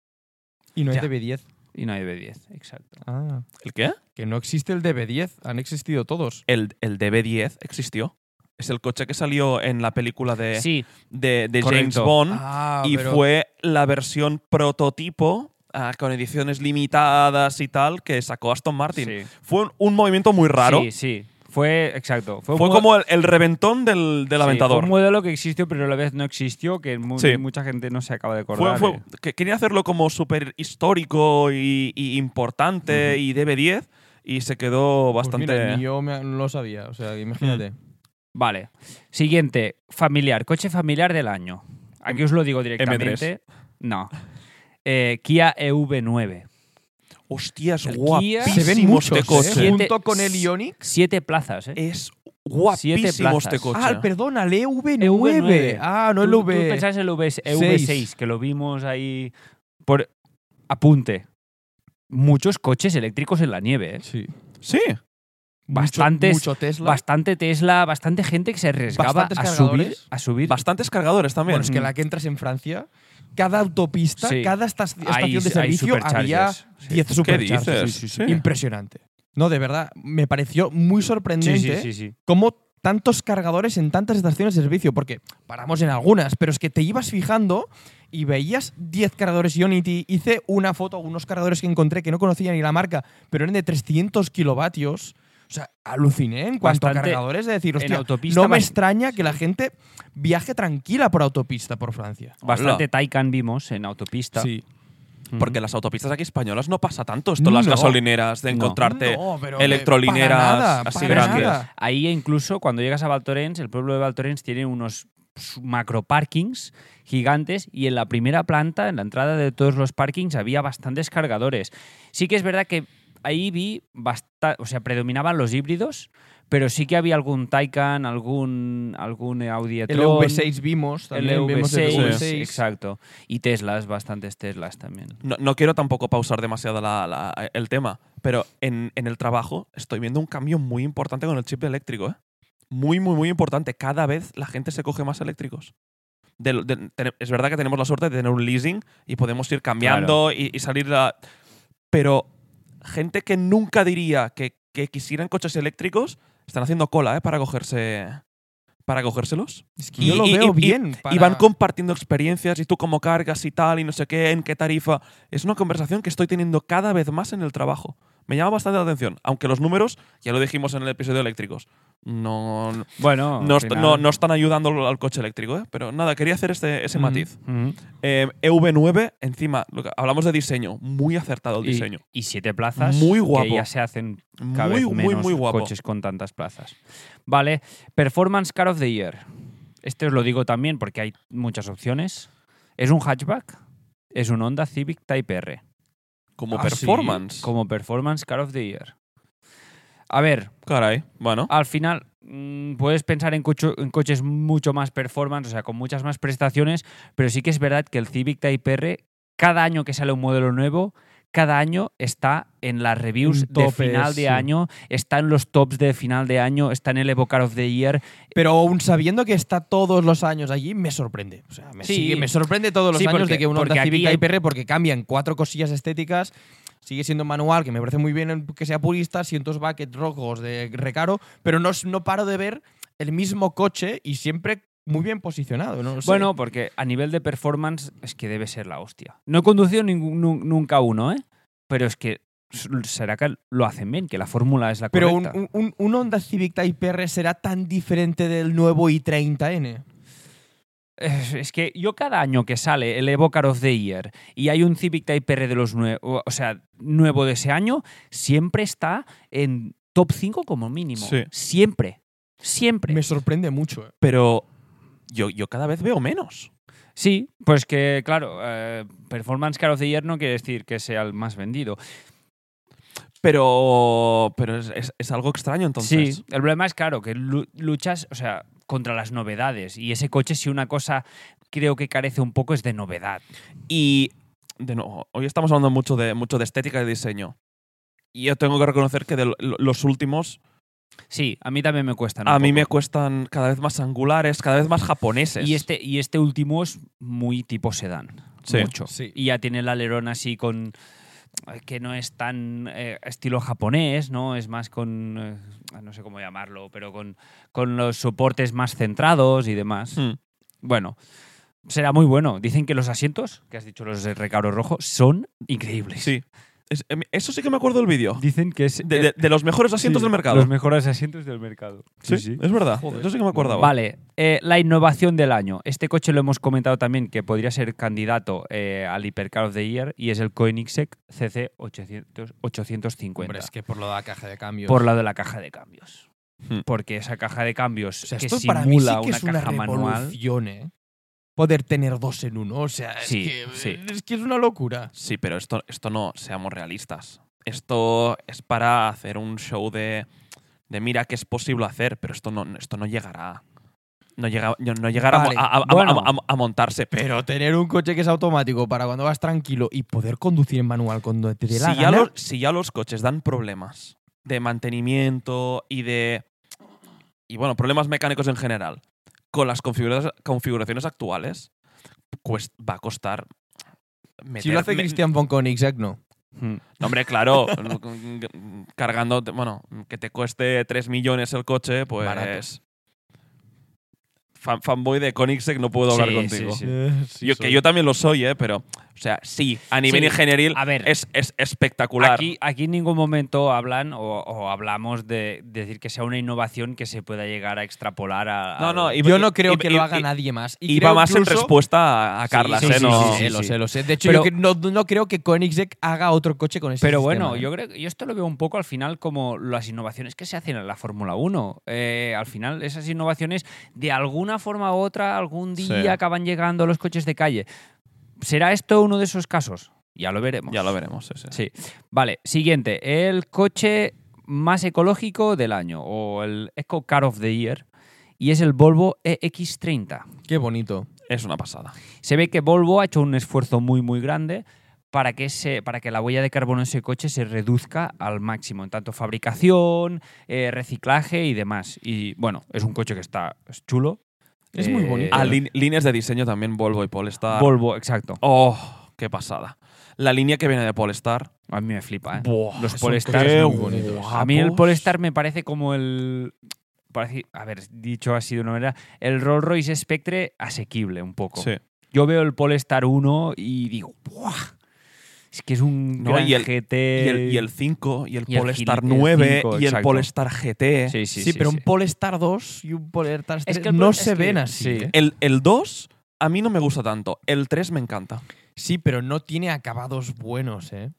B: Y no es
C: Ya.
B: DB10.
C: Y no hay B10, exacto.
B: Ah.
A: ¿El qué?
B: Que no existe el DB10. Han existido todos.
A: El, el DB10 existió. Es el coche que salió en la película de,
C: Sí,
A: de, de
C: correcto.
A: James Bond.
B: Ah,
A: ¿Mm? y
B: pero-
A: fue la versión prototipo ah, con ediciones limitadas y tal que sacó Aston Martin.
C: sí.
A: Fue un, un movimiento muy raro.
C: Sí, sí. Fue, exacto. Fue,
A: Fue
C: un mo-
A: como el, el reventón del, del
C: sí,
A: aventador.
C: fue un modelo que existió, pero a la vez no existió, que mu-
A: Sí.
C: mucha gente no se acaba de
A: Fue-
C: acordar.
A: fue-
C: eh.
A: que quería hacerlo como súper histórico y, y importante y DB10 y se quedó
B: pues
A: bastante... Mm.
B: mira, ni yo me- no lo sabía. O sea, imagínate.
C: Vale. Siguiente, familiar, coche familiar del año.
A: Mm.
C: Aquí os lo digo directamente. No. Eh, Kia EV9.
A: Hostias,
C: El Kia-
A: guapísimo
B: Se ven muchos,
A: este coche.
B: ¿eh?
C: Siete-
B: Junto con el Ioniq.
C: Siete plazas, ¿eh?
A: Es guapísimo
C: plazas.
A: este coche.
B: Ah, perdona, el EV9.
C: EV9.
B: Ah, no el
C: Tú- Tú
B: V.
C: pensabas el V6,
B: Seis.
C: que lo vimos ahí por apunte. Muchos coches eléctricos en la nieve, ¿eh?
B: Sí.
A: Sí.
C: Bastantes-
B: Mucho, mucho Tesla.
C: Bastante Tesla, bastante gente que se arriesgaba
B: Bastantes
C: a subir,
B: cargadores.
C: a subir.
A: Bastantes cargadores también.
B: Bueno, es que la que entras en Francia, cada autopista,
C: Sí.
B: cada esta- estación
C: Hay-
B: de
C: hay
B: servicio había
C: superchargers. Sí.
B: 10
A: ¿Qué
B: superchargers.
A: dices?
C: sí,
A: Sí.
C: sí,
B: Impresionante. No, de verdad, me pareció muy sorprendente
C: Sí, sí, sí, sí.
B: cómo tantos cargadores en tantas estaciones de servicio, porque paramos en algunas, pero es que te ibas fijando y veías 10 cargadores Ionity. Hice una foto, unos cargadores que encontré que no conocía ni la marca, pero eran de 300 kilovatios. O sea, aluciné en cuanto a
C: Bastante.
B: cargadores de decir,
C: En
B: hostia,
C: autopista
B: no me
C: bas-
B: extraña que la gente viaje tranquila por autopista por Francia.
C: Bastante Taycan vimos en autopista.
B: Sí.
C: Ujú.
A: Porque en las autopistas aquí españolas no pasa tanto esto, las
B: No.
A: gasolineras, de
C: No.
A: encontrarte
B: No, pero, eh,
A: electrolineras
B: para nada,
A: así
B: para
A: grandes.
B: nada.
C: Ahí incluso cuando llegas a Valtorrens, el pueblo de Valtorrens tiene unos su- macro parkings gigantes y en la primera planta, en la entrada de todos los parkings, había bastantes cargadores. Sí que es verdad que ahí vi, basta- o sea, predominaban los híbridos, pero sí que había algún Taycan, algún, algún Audi
B: El
C: e-tron,
B: V6 vimos también. vimos el
C: LV6,
B: LV6.
C: exacto. Y Teslas, bastantes Teslas también.
A: No, no quiero tampoco pausar demasiado la- la- el tema, pero en, en el trabajo estoy viendo un cambio muy importante con el chip eléctrico. ¿eh? Muy, muy, muy importante. Cada vez la gente se coge más eléctricos. De lo- de- tene- es verdad que tenemos la suerte de tener un leasing y podemos ir cambiando y, y salir la- Pero gente que nunca diría que, que quisieran coches eléctricos están haciendo cola ¿eh? para cogerse... Para cogérselos.
B: Es que yo lo
A: Y- y-
B: veo
A: y-
B: bien.
A: Y
B: para-
A: van compartiendo experiencias y tú cómo cargas y tal y no sé qué, en qué tarifa. Es una conversación que estoy teniendo cada vez más en el trabajo. Me llama bastante la atención, aunque los números, ya lo dijimos en el episodio de eléctricos, no, no,
C: Bueno,
A: est- no- no están ayudando al coche eléctrico. ¿eh? Pero nada, quería hacer este, ese matiz. Eh, EV9, encima, lo que- hablamos de diseño, muy acertado el diseño.
C: Y, siete plazas
A: Muy guapo.
C: que ya se hacen cada
A: Muy,
C: vez
A: muy,
C: menos
A: muy guapo.
C: coches con tantas plazas. Vale, Performance Car of the Year. Este os lo digo también porque hay muchas opciones. Es un hatchback, es un Honda Civic Type R
A: Como
B: Ah, sí,
A: performance.
C: como Performance Car of the Year. A ver,
A: Caray, bueno.
C: al final mm, puedes pensar en, cocho- en coches mucho más performance, o sea, con muchas más prestaciones, pero sí que es verdad que el Civic Type R, cada año que sale un modelo nuevo, cada año está en las reviews
B: En
C: de
B: topes,
C: final
B: sí.
C: de año, está en los tops de final de año, está en el Evo Car of the Year.
B: Pero aún sabiendo que está todos los años allí, me sorprende. O sea, me,
C: Sí.
B: sigue- me sorprende todos los
C: Sí,
B: años
C: porque-
B: de que un
C: porque
B: Honda
C: aquí
B: Civic
C: hay-
B: Type R, porque cambian cuatro cosillas estéticas, sigue siendo manual, que me parece muy bien que sea purista, cientos buckets rojos de recaro, pero no, s- no paro de ver el mismo coche y siempre muy bien posicionado. No lo sé.
C: Bueno, porque a nivel de performance es que debe ser la hostia. No he conducido ningún- nu- nunca uno, ¿eh? Pero es que s- será que lo hacen bien, que la fórmula es la
B: pero un,
C: correcta.
B: un- un- un Honda Civic Type R será tan diferente del nuevo i30N.
C: Es es que yo cada año que sale el Evo Car of the Year y hay un Civic Type R de los nue- o o sea, nuevo de ese año, siempre está en top 5 como mínimo.
A: Sí.
C: Siempre. Siempre.
B: Me sorprende mucho. eh.
A: Pero yo, yo cada vez veo menos.
C: Sí, pues que, claro, eh, Performance Car of the Year no quiere decir que sea el más vendido.
A: Pero, pero es, es- es algo extraño entonces.
C: Sí, el problema es, claro, que lu- luchas, o sea, contra las novedades. Y ese coche, si una cosa creo que carece un poco, es de novedad.
A: Y de nuevo, hoy estamos hablando mucho de, mucho de estética y diseño. Y yo tengo que reconocer que de lo- lo- los últimos
C: Sí, a mí también me cuesta.
A: a mí me cuestan cada vez más angulares, cada vez más japoneses.
C: Y este, y este último es muy tipo sedán.
A: Sí.
C: Mucho.
B: Sí.
C: Y ya tiene el alerón así con. eh, que no es tan eh, estilo japonés, ¿no? Es más con. eh, no sé cómo llamarlo, pero con, con los soportes más centrados y demás.
A: Hmm.
C: Bueno, será muy bueno. Dicen que los asientos, que has dicho los de recaro rojo, son increíbles.
A: Sí. Es- em, eso sí que me acuerdo del vídeo.
C: Dicen que es.
A: De, de- de los mejores asientos
C: Sí,
A: del mercado.
C: Los mejores asientos del mercado.
A: Sí, es verdad.
B: Joder.
A: Eso sí que me acordaba.
C: Vale, eh, la innovación del año. Este coche lo hemos comentado también que podría ser candidato eh, al Hypercar of the Year y es el Koenigsegg CC 800 850
B: Hombre, es que por lo de la caja de cambios.
C: por lado de la caja de cambios.
A: Hmm.
C: Porque esa caja de cambios
B: o sea,
C: que
B: esto
C: simula
B: para mí sí que
C: una
B: es una
C: caja manual.
B: revolución, ¿eh? Poder tener dos en uno. O sea, es,
C: Sí,
B: que,
C: sí.
B: es que es una locura.
A: Sí, pero esto, esto no, seamos realistas. Esto es para hacer un show de, de mira que es posible hacer, pero esto no, esto no llegará. No, llega, no llegará
B: Vale,
A: a, a- a-
C: bueno.
A: a- a- a montarse, pero.
B: Pero tener un coche que es automático para cuando vas tranquilo y poder conducir en manual cuando te dé
A: Si
B: la
A: ya,
B: gana,
A: los, si ya los coches dan problemas de mantenimiento y de. Y bueno, problemas mecánicos en general. Con las configura- configuraciones actuales, pues va a costar.
B: Si lo
A: meter-
B: hace
A: me-
B: Christian von Koenigsegg, no.
C: Hmm.
A: No, hombre, claro, cargando, bueno, que te cueste 3 millones el coche, pues...
B: Barato.
A: Fan- fanboy de Koenigsegg no puedo hablar
C: Sí,
A: contigo.
C: sí,
B: Eh,
A: Yo, que yo también lo soy, ¿eh? Pero, o sea, sí, a nivel
C: Sí,
A: ingenieril
C: a ver.
A: es, es espectacular.
C: Aquí, aquí en ningún momento hablan o, o hablamos de decir que sea una innovación que se pueda llegar a extrapolar a.
A: no,
C: al-
A: no, iba-
B: Yo no creo
A: iba-
B: que lo
A: iba-
B: haga
A: i-
B: nadie más. Y
A: Iba
B: creo
A: más en
B: incluso-
A: respuesta a, a Carlas,
C: sí,
A: ¿eh?
C: sí,
A: no.
C: sí, sí, sí.
B: lo sé, lo sé. De hecho,
C: Pero-
B: yo que- no, no creo que Koenigsegg haga otro coche con ese
C: Pero
B: sistema,
C: bueno,
B: ¿eh?
C: yo creo yo esto lo veo un poco al final como las innovaciones que se hacen en la Fórmula 1. Eh, al final, esas innovaciones, de alguna forma u otra, algún día
A: Sí.
C: acaban llegando a los coches de calle. ¿Será esto uno de esos casos? Ya lo veremos.
A: Ya lo veremos, sí, sí.
C: Sí. Vale, siguiente. El coche más ecológico del año, o el Eco Car of the Year, y es el Volvo E EX30.
B: Qué bonito.
A: Es una pasada.
C: Se ve que Volvo ha hecho un esfuerzo muy, muy grande para que, ese- para que la huella de carbono de ese coche se reduzca al máximo, en tanto fabricación, eh, reciclaje y demás. Y bueno, es un coche que está es chulo. Eh,
B: Es muy bonito.
A: Ah,
B: Ali-
A: lin- líneas de diseño también, Volvo y Polestar.
C: Volvo, exacto.
A: oh, qué pasada. La línea que viene de Polestar.
C: A mí me flipa, ¿eh?
A: Buah,
C: Los
A: son
C: Polestars
A: qué
B: muy bonitos.
A: guapos.
C: A mí el Polestar me parece como el... parece- a ver, dicho así de una manera, el Rolls Royce Spectre asequible un poco.
A: Sí.
C: Yo veo el Polestar 1 y digo, ¡buah! Es que es un
A: No,
C: gran
A: y el-
C: GT.
A: Y el, y el 5, y el
C: y el
A: Polestar
C: Gil- el
A: 9,
C: 5,
A: y el
C: exacto.
A: Polestar GT.
C: Sí, sí,
B: Sí,
C: sí,
B: pero
C: sí.
B: un Polestar 2 y un Polestar 3
C: que el
B: no
C: Pol-
B: se
C: es que-
B: ven así.
C: sí.
B: ¿eh?
A: El, el 2 a mí no me gusta tanto. El 3 me encanta.
B: Sí, pero no tiene acabados buenos, ¿eh?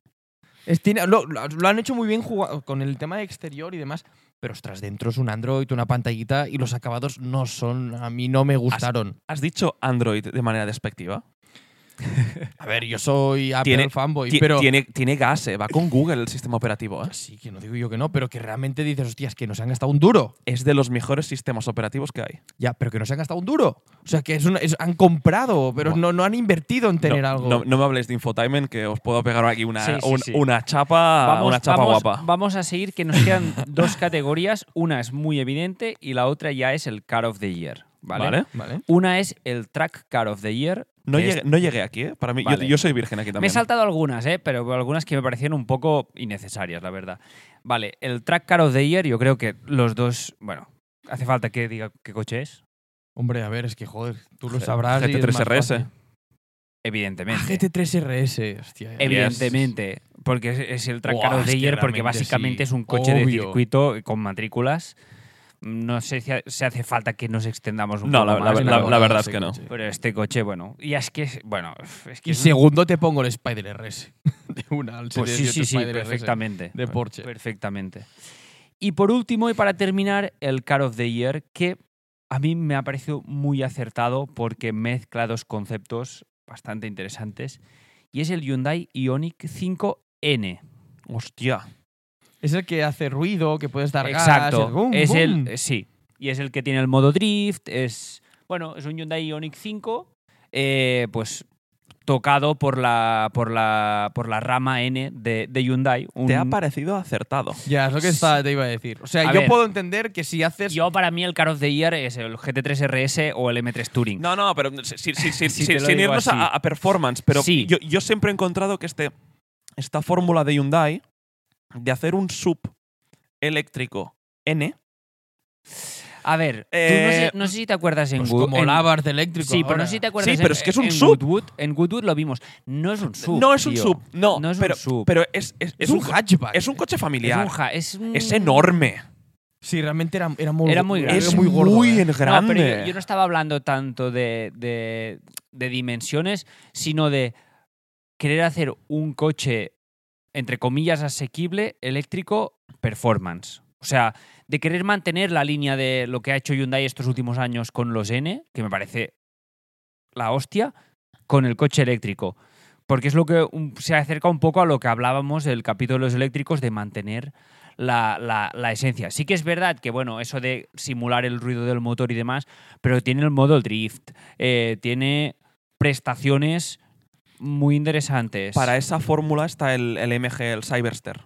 B: Es- tiene- lo, lo- lo han hecho muy bien jugado, con el tema de exterior y demás, pero ostras, dentro es un Android, una pantallita y los acabados no son, a mí no me gustaron.
A: ¿Has dicho Android de manera despectiva?
B: A ver, yo soy Apple
A: Tiene-
B: fanboy,
A: Ti-
B: pero... Ah,
A: tiene, tiene gas, eh, va con Google el sistema operativo. eh.
B: Sí, que no digo yo que no, pero que realmente dices, hostias, que nos han gastado un duro.
A: Es de los mejores sistemas operativos que hay.
B: Ya, pero que no se han gastado un duro. O sea, que es una- es- han comprado, pero
A: Buah.
B: no, no han invertido en tener
A: no,
B: algo.
A: no- no me habléis de Infotainment, que os puedo pegar aquí una,
C: Sí, sí,
A: un-
C: sí.
A: una chapa, Ah, una chapa
C: vamos-
A: guapa.
C: vamos a seguir que nos quedan dos categorías. Una es muy evidente y la otra ya es el Car of the Year. ¿Vale?
A: ¿Vale?
B: ¿Vale?
C: Una es el Track Car of the Year.
A: No,
C: que es-
A: llegué, no llegué aquí, eh. Para mí, yo-
C: Vale.
A: yo, soy virgen aquí
C: Me he
A: también.
C: saltado algunas, ¿eh? pero algunas que me parecían un poco innecesarias, la verdad. Vale, el Track Car of the Year, yo creo que los dos. Bueno, hace falta que diga qué coche es,
B: Hombre, a ver, es que joder, tú lo
A: G-
B: sabrás. y es más
A: GT3RS.
B: fácil. Ah,
C: evidentemente.
B: GT3RS, hostia. ya.
C: Evidentemente, porque es, es el Track
B: Buah,
C: Car of the
B: es que
C: Year, porque
B: realmente
C: básicamente
B: sí,
C: es un coche de
B: obvio.
C: circuito con matrículas. No sé si ha- si hace falta que nos extendamos un
A: No,
C: poco
A: la, la-
C: más,
A: la-
C: pero-
A: la verdad es
B: Sí,
A: que no.
B: sí.
C: Pero este coche, bueno, y es que, es- bueno, es
B: Y
C: que es un-
B: segundo te pongo el Spider RS. De una al
C: pues sí,
B: 78
C: sí, sí,
B: Spider RS
C: perfectamente. Pues
B: De Porsche.
C: Perfectamente. Y por último, y para terminar, el Car of the Year, que a mí me ha parecido muy acertado porque mezcla dos conceptos bastante interesantes. Y es el Hyundai Ionic 5N.
A: Hostia.
B: Es el que hace ruido, que puedes dar gas,
C: Exacto.
B: el boom,
C: es
B: boom.
C: el sí. Y es el que tiene el modo drift. Es bueno, es un Hyundai Ioniq 5, eh, pues tocado por la por la por la rama N de, de Hyundai. Un-
A: Te ha parecido acertado.
B: Ya, es lo que estaba- te iba a decir. O sea,
C: A
B: yo
C: ver.
B: puedo entender que si haces.
C: yo para mí el Car of the Year es el GT3 RS o el M3 Touring.
A: No, no, pero si- si- si- si-
C: Si
A: si-
C: te lo
A: sin
C: digo
A: irnos a,
C: así.
A: a performance, pero
C: Sí.
A: yo, yo siempre he encontrado que este, esta fórmula de Hyundai de hacer un sub eléctrico N,
C: A ver, tú
A: Eh,
C: no, sé, no sé si te acuerdas en
B: pues
C: Wood-
B: como
C: en-
B: lavas de eléctrico.
C: Sí, pero
B: ahora.
C: no sé si te acuerdas.
A: Sí, pero es que es un
C: en
A: sub.
C: Goodwood, en Goodwood lo vimos. No es un sub.
A: no es un
C: tío.
A: sub, no,
C: No es un
A: pero,
C: sub.
A: pero es, es,
B: Es,
A: es un,
B: un
A: co-
B: hatchback.
A: es un coche
C: Es,
A: familiar,
C: un ja- es un-
A: es enorme,
B: Sí, realmente era, era muy
C: Era muy grande.
A: es
C: Es
A: muy,
B: gordo. eh.
A: en
C: No,
A: grande.
C: pero yo, yo no estaba hablando tanto de, de- de dimensiones, sino de querer hacer un coche, entre comillas, asequible, eléctrico, performance. O sea, de querer mantener la línea de lo que ha hecho Hyundai estos últimos años con los N, que me parece la hostia, con el coche eléctrico. Porque es lo que un- se acerca un poco a lo que hablábamos del capítulo de los eléctricos, de mantener la, la- la esencia. Sí que es verdad que, bueno, eso de simular el ruido del motor y demás, pero tiene el modo drift, eh, tiene prestaciones muy interesantes.
A: Para e- esa fórmula está el, el MG, el Cyberster.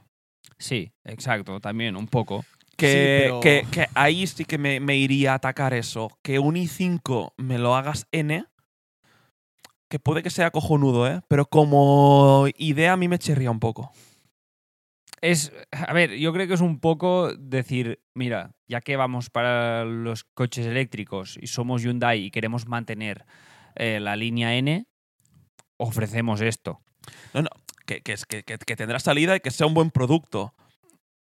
C: Sí, exacto, también, un poco.
A: Que,
B: Sí, pero-
A: que- que ahí sí que me, me iría a atacar eso. Que un i5 me lo hagas N, que puede que sea cojonudo, ¿eh? Pero como idea a mí me chirría un poco.
C: Es, a ver, yo creo que es un poco decir, mira, ya que vamos para los coches eléctricos y somos Hyundai y queremos mantener eh, la línea N, ofrecemos esto.
A: Que, que, es- que- que- que tendrá salida y que sea un buen producto.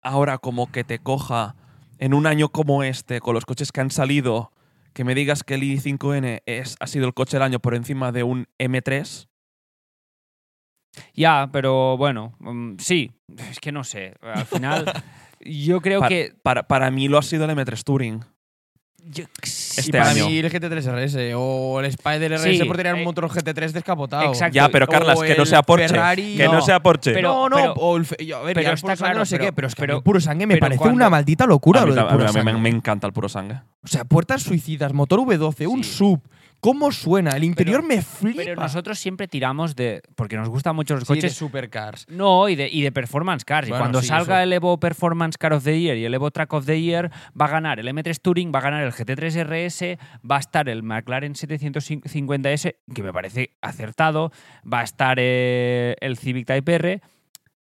A: Ahora, como que te coja en un año como este, con los coches que han salido, que me digas que el i5N es, ha sido el coche del año por encima de un M3.
C: Ya, pero bueno, mm, sí, es que no sé. Al final, yo creo
A: Pa-
C: que.
A: Para, para mí lo ha sido el M3 Touring.
C: yo-
A: Este
B: y para
A: año.
B: mí el GT3 RS o el Spider RS
C: Sí,
B: por tener un
C: eh,
B: motor GT3 descapotado.
C: exacto.
A: Ya, pero
B: O
A: Carlas, que no
B: el
A: sea Porsche.
B: Ferrari,
A: que no,
B: no.
A: sea Porsche.
C: Pero-
B: no, no,
C: pero-
B: o el fe- yo, a ver,
C: pero
B: ya el
C: está
B: puro sangre
C: claro,
B: no sé
C: pero-
B: qué, pero es que a mí
C: pero-
B: el puro sangre me
C: pero
B: parece
C: cuando-
B: una maldita locura
A: A mí
B: lo del
A: tam- a mí-
B: puro
A: a mí me-
B: sangre.
A: me encanta el puro sangre.
B: O sea, puertas suicidas, motor V12, un
C: Sí.
B: sub. ¿Cómo suena? El interior me flipa.
C: Pero nosotros siempre tiramos de. Porque nos gustan mucho los
B: Sí, de
C: coches.
B: supercars.
C: No, y de, y de Performance Cars. y
B: Bueno,
C: cuando
B: sí,
C: salga
B: eso.
C: el Evo Performance Car of the Year y el Evo Track of the Year, va a ganar el M3 Touring, va a ganar el GT3 RS, va a estar el McLaren 750S, que me parece acertado, va a estar eh, el Civic Type R.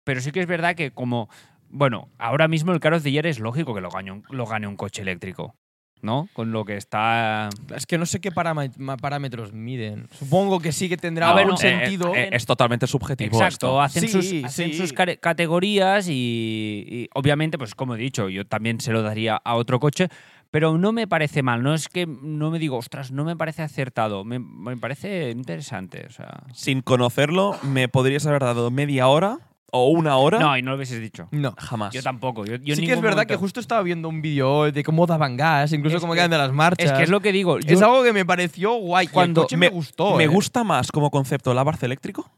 C: Pero sí que es verdad que como... Bueno, ahora mismo el Car of the Year es lógico que lo gane un, lo gane un coche eléctrico, ¿no? Con lo que está...
B: Es que no sé qué parama- ma- parámetros miden. Supongo que sí que tendrá
C: Ah,
B: algún
C: bueno, eh,
B: sentido.
A: Eh, es totalmente subjetivo.
C: Exacto,
A: esto.
C: hacen,
B: Sí,
C: sus, hacen
B: sí.
C: sus care- categorías y, y obviamente, pues como he dicho, yo también se lo daría a otro coche, pero no me parece mal, no es que no me digo, ostras, no me parece acertado, me, me parece interesante. O sea.
A: Sin conocerlo, me podrías haber dado media hora o una hora.
C: No, y no lo hubieses dicho.
B: no.
A: jamás.
C: Yo tampoco. Yo, yo en
B: sí que es
C: ningún
B: verdad
C: momento-
B: que justo estaba viendo un vídeo hoy de cómo daban gas, incluso
C: Es
B: cómo
C: que-
B: quedan de las marchas.
C: Es que es lo que digo. yo-
B: Es algo que me pareció guay. Cuando
C: Cuando
B: el coche me, gustó.
A: Me
B: eh.
A: gusta más como concepto el Abarth eléctrico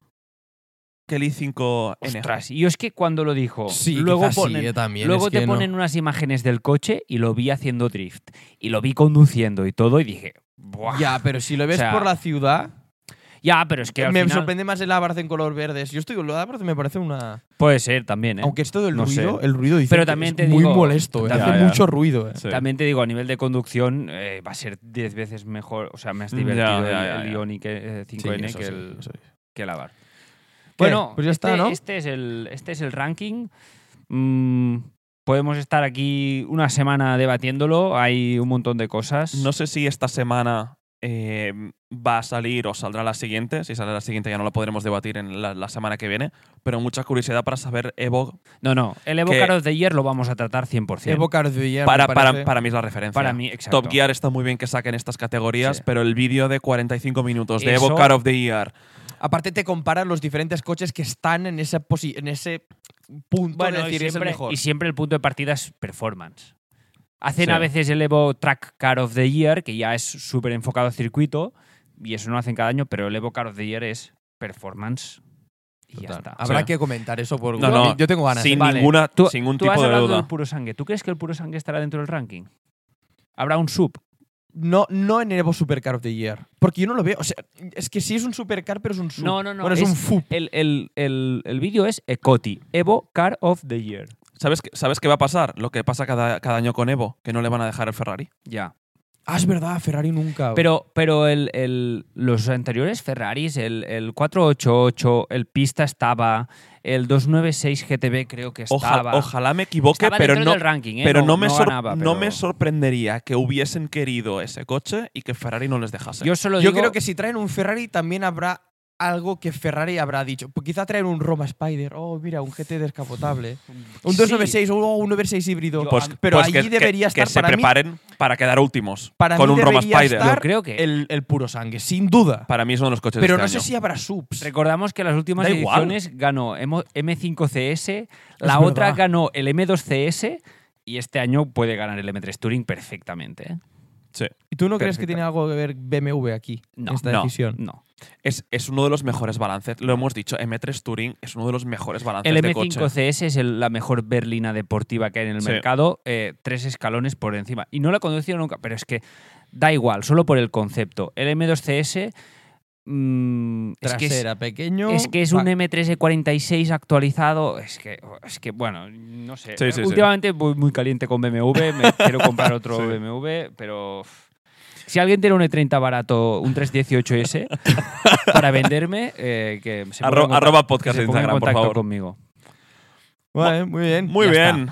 A: que el i5N.
C: ostras, y yo es que cuando lo dijo,
B: Sí,
C: luego
B: quizás sí,
C: ponen,
B: eh, también,
C: Luego
B: es
C: te
B: que no.
C: ponen unas imágenes del coche y lo vi haciendo drift. Y lo vi conduciendo y todo, y dije, ¡buah! Ya,
B: Ya, pero si lo ves
C: O sea,
B: por la ciudad,
C: pero es que
B: me
C: al final-
B: sorprende más el Abarth en color verdes. Yo estoy con el Abarth, me parece una.
C: Puede ser también, ¿eh?
B: Aunque esto del
C: No
B: ruido,
C: sé.
B: el ruido dice
C: Pero también
B: que
C: te
B: es muy
C: digo-
B: molesto, eh.
A: Ya,
B: hace
A: ya.
B: mucho ruido. eh.
C: También te digo, a nivel de conducción eh, va a ser 10 veces mejor, o sea, me has
A: Ya,
C: divertido
A: ya,
C: el-
A: ya,
C: el
A: ya.
C: Ioniq eh, 5N
B: eso
C: que,
B: sí,
C: el,
B: eso sí.
C: que el Abarth.
B: ¿Qué?
C: Bueno,
B: Pues ya
C: este,
B: está, ¿no?
C: este es el, este es el ranking. Mm, podemos estar aquí una semana debatiéndolo, hay un montón de cosas.
A: No sé si esta semana eh, va a salir o saldrá la siguiente. Si sale la siguiente ya no la podremos debatir en la, la semana que viene. Pero mucha curiosidad para saber Evo.
C: no, no, el Evo
A: Que-
C: Car of the Year lo vamos a tratar 100%.
B: Evoca Ardillar, me
A: Para, para,
B: parece.
A: para mí es la referencia.
C: para mí, exacto.
A: Top Gear está muy bien que saquen estas categorías,
C: Sí.
A: pero el vídeo de 45 minutos de
C: Eso-
A: Evo Car of the Year.
B: Aparte te comparan los diferentes coches que están en ese, posi- en ese punto
C: Bueno,
B: de
C: y
B: decir es el
C: siempre-
B: mejor.
C: y siempre el punto de partida es performance. Hacen
A: Sí.
C: a veces el Evo Track Car of the Year, que ya es súper enfocado a circuito, y eso no lo hacen cada año, pero el Evo Car of the Year es performance. Y ya
B: Total.
C: está.
B: Habrá
A: Sí.
B: que comentar eso por
A: No, no,
B: Yo tengo ganas. eh.
A: sin
C: Vale.
A: ninguna,
C: Tú,
A: sin ningún
C: tú has
A: tipo de
C: hablado
A: duda.
C: del puro sangue. ¿Tú crees que el puro sangue estará dentro del ranking? ¿Habrá un sub?
B: No, no en el Evo Supercar of the Year. Porque yo no lo veo. O sea, es que sí es un supercar, pero es un sub.
C: No, no, no,
B: Bueno, es,
C: es-
B: un FUP.
C: El, el- el- el vídeo es Ecoti, Evo Car of the Year.
A: ¿Sabes, qué- ¿Sabes qué va a pasar? Lo que pasa cada, cada año con Evo, que no le van a dejar el Ferrari.
C: Ya.
B: Ah, es verdad, Ferrari nunca.
C: Pero, pero el, el- los anteriores Ferraris, el, el 488, el Pista estaba, el 296 GTB creo que estaba.
A: Ojalá, ojalá me equivoque,
C: Estaba
A: pero
C: dentro
A: no,
C: del ranking, ¿eh?
A: pero no, me sor-
C: ganaba,
A: no
C: pero-
A: me sorprendería que hubiesen querido ese coche y que Ferrari no les dejase.
C: Yo solo
B: yo
C: digo-
B: creo que si traen un Ferrari también habrá algo que Ferrari habrá dicho. Pues quizá traer un Roma Spider. Oh, mira, un GT descapotable. Un
C: Sí.
B: 296 o un 996 híbrido.
C: Yo-
A: pues,
B: pero
A: pues
B: allí
A: que,
B: debería
A: que- que
B: estar
A: se
B: para mí-
A: preparen para quedar últimos
B: Para
A: con
B: mí
A: un Roma
B: debería
A: Spider.
B: estar
C: Yo creo que-
B: el, el puro sangue, sin duda.
A: Para mí es uno de los coches de
B: Pero
A: este
B: no sé
A: año.
B: si habrá subs.
C: Recordamos que las últimas
A: Da igual.
C: ediciones ganó Emo- M5CS, la
B: Es
C: otra
B: verdad.
C: ganó el M2CS y este año puede ganar el M3 Touring perfectamente. ¿eh?
A: Sí.
B: ¿Y tú no crees que
C: Perfecto.
B: tiene algo que ver BMW aquí?
C: No,
B: en esta
A: no,
B: decisión.
C: No.
A: Es, es uno de los mejores balances. Lo hemos dicho, M3 Touring es uno de los mejores balances
C: El
A: de coche.
C: M5CS es el- la mejor berlina deportiva que hay en el
A: Sí.
C: mercado, eh, tres escalones por encima. Y no la he conducido nunca, pero es que da igual, solo por el concepto. El M2CS mm, es, que es,
B: Trasera, pequeño.
C: es que es un
A: em-
B: pa-
C: M3 E46 actualizado. Es que, es que bueno, no sé.
A: Sí, sí, sí.
C: Últimamente voy muy caliente con BMW, me quiero comprar otro
A: Sí.
C: BMW, pero... uf. Si alguien tiene un E30 barato, un 318S, para venderme, eh, que se ponga
A: Arro-
C: en conta-
A: arroba
C: que
A: podcast
C: se
A: de
C: ponga en
A: Instagram, por
C: contacto
A: favor.
C: conmigo.
B: Vale, muy bien.
A: Muy
C: Ya
A: bien.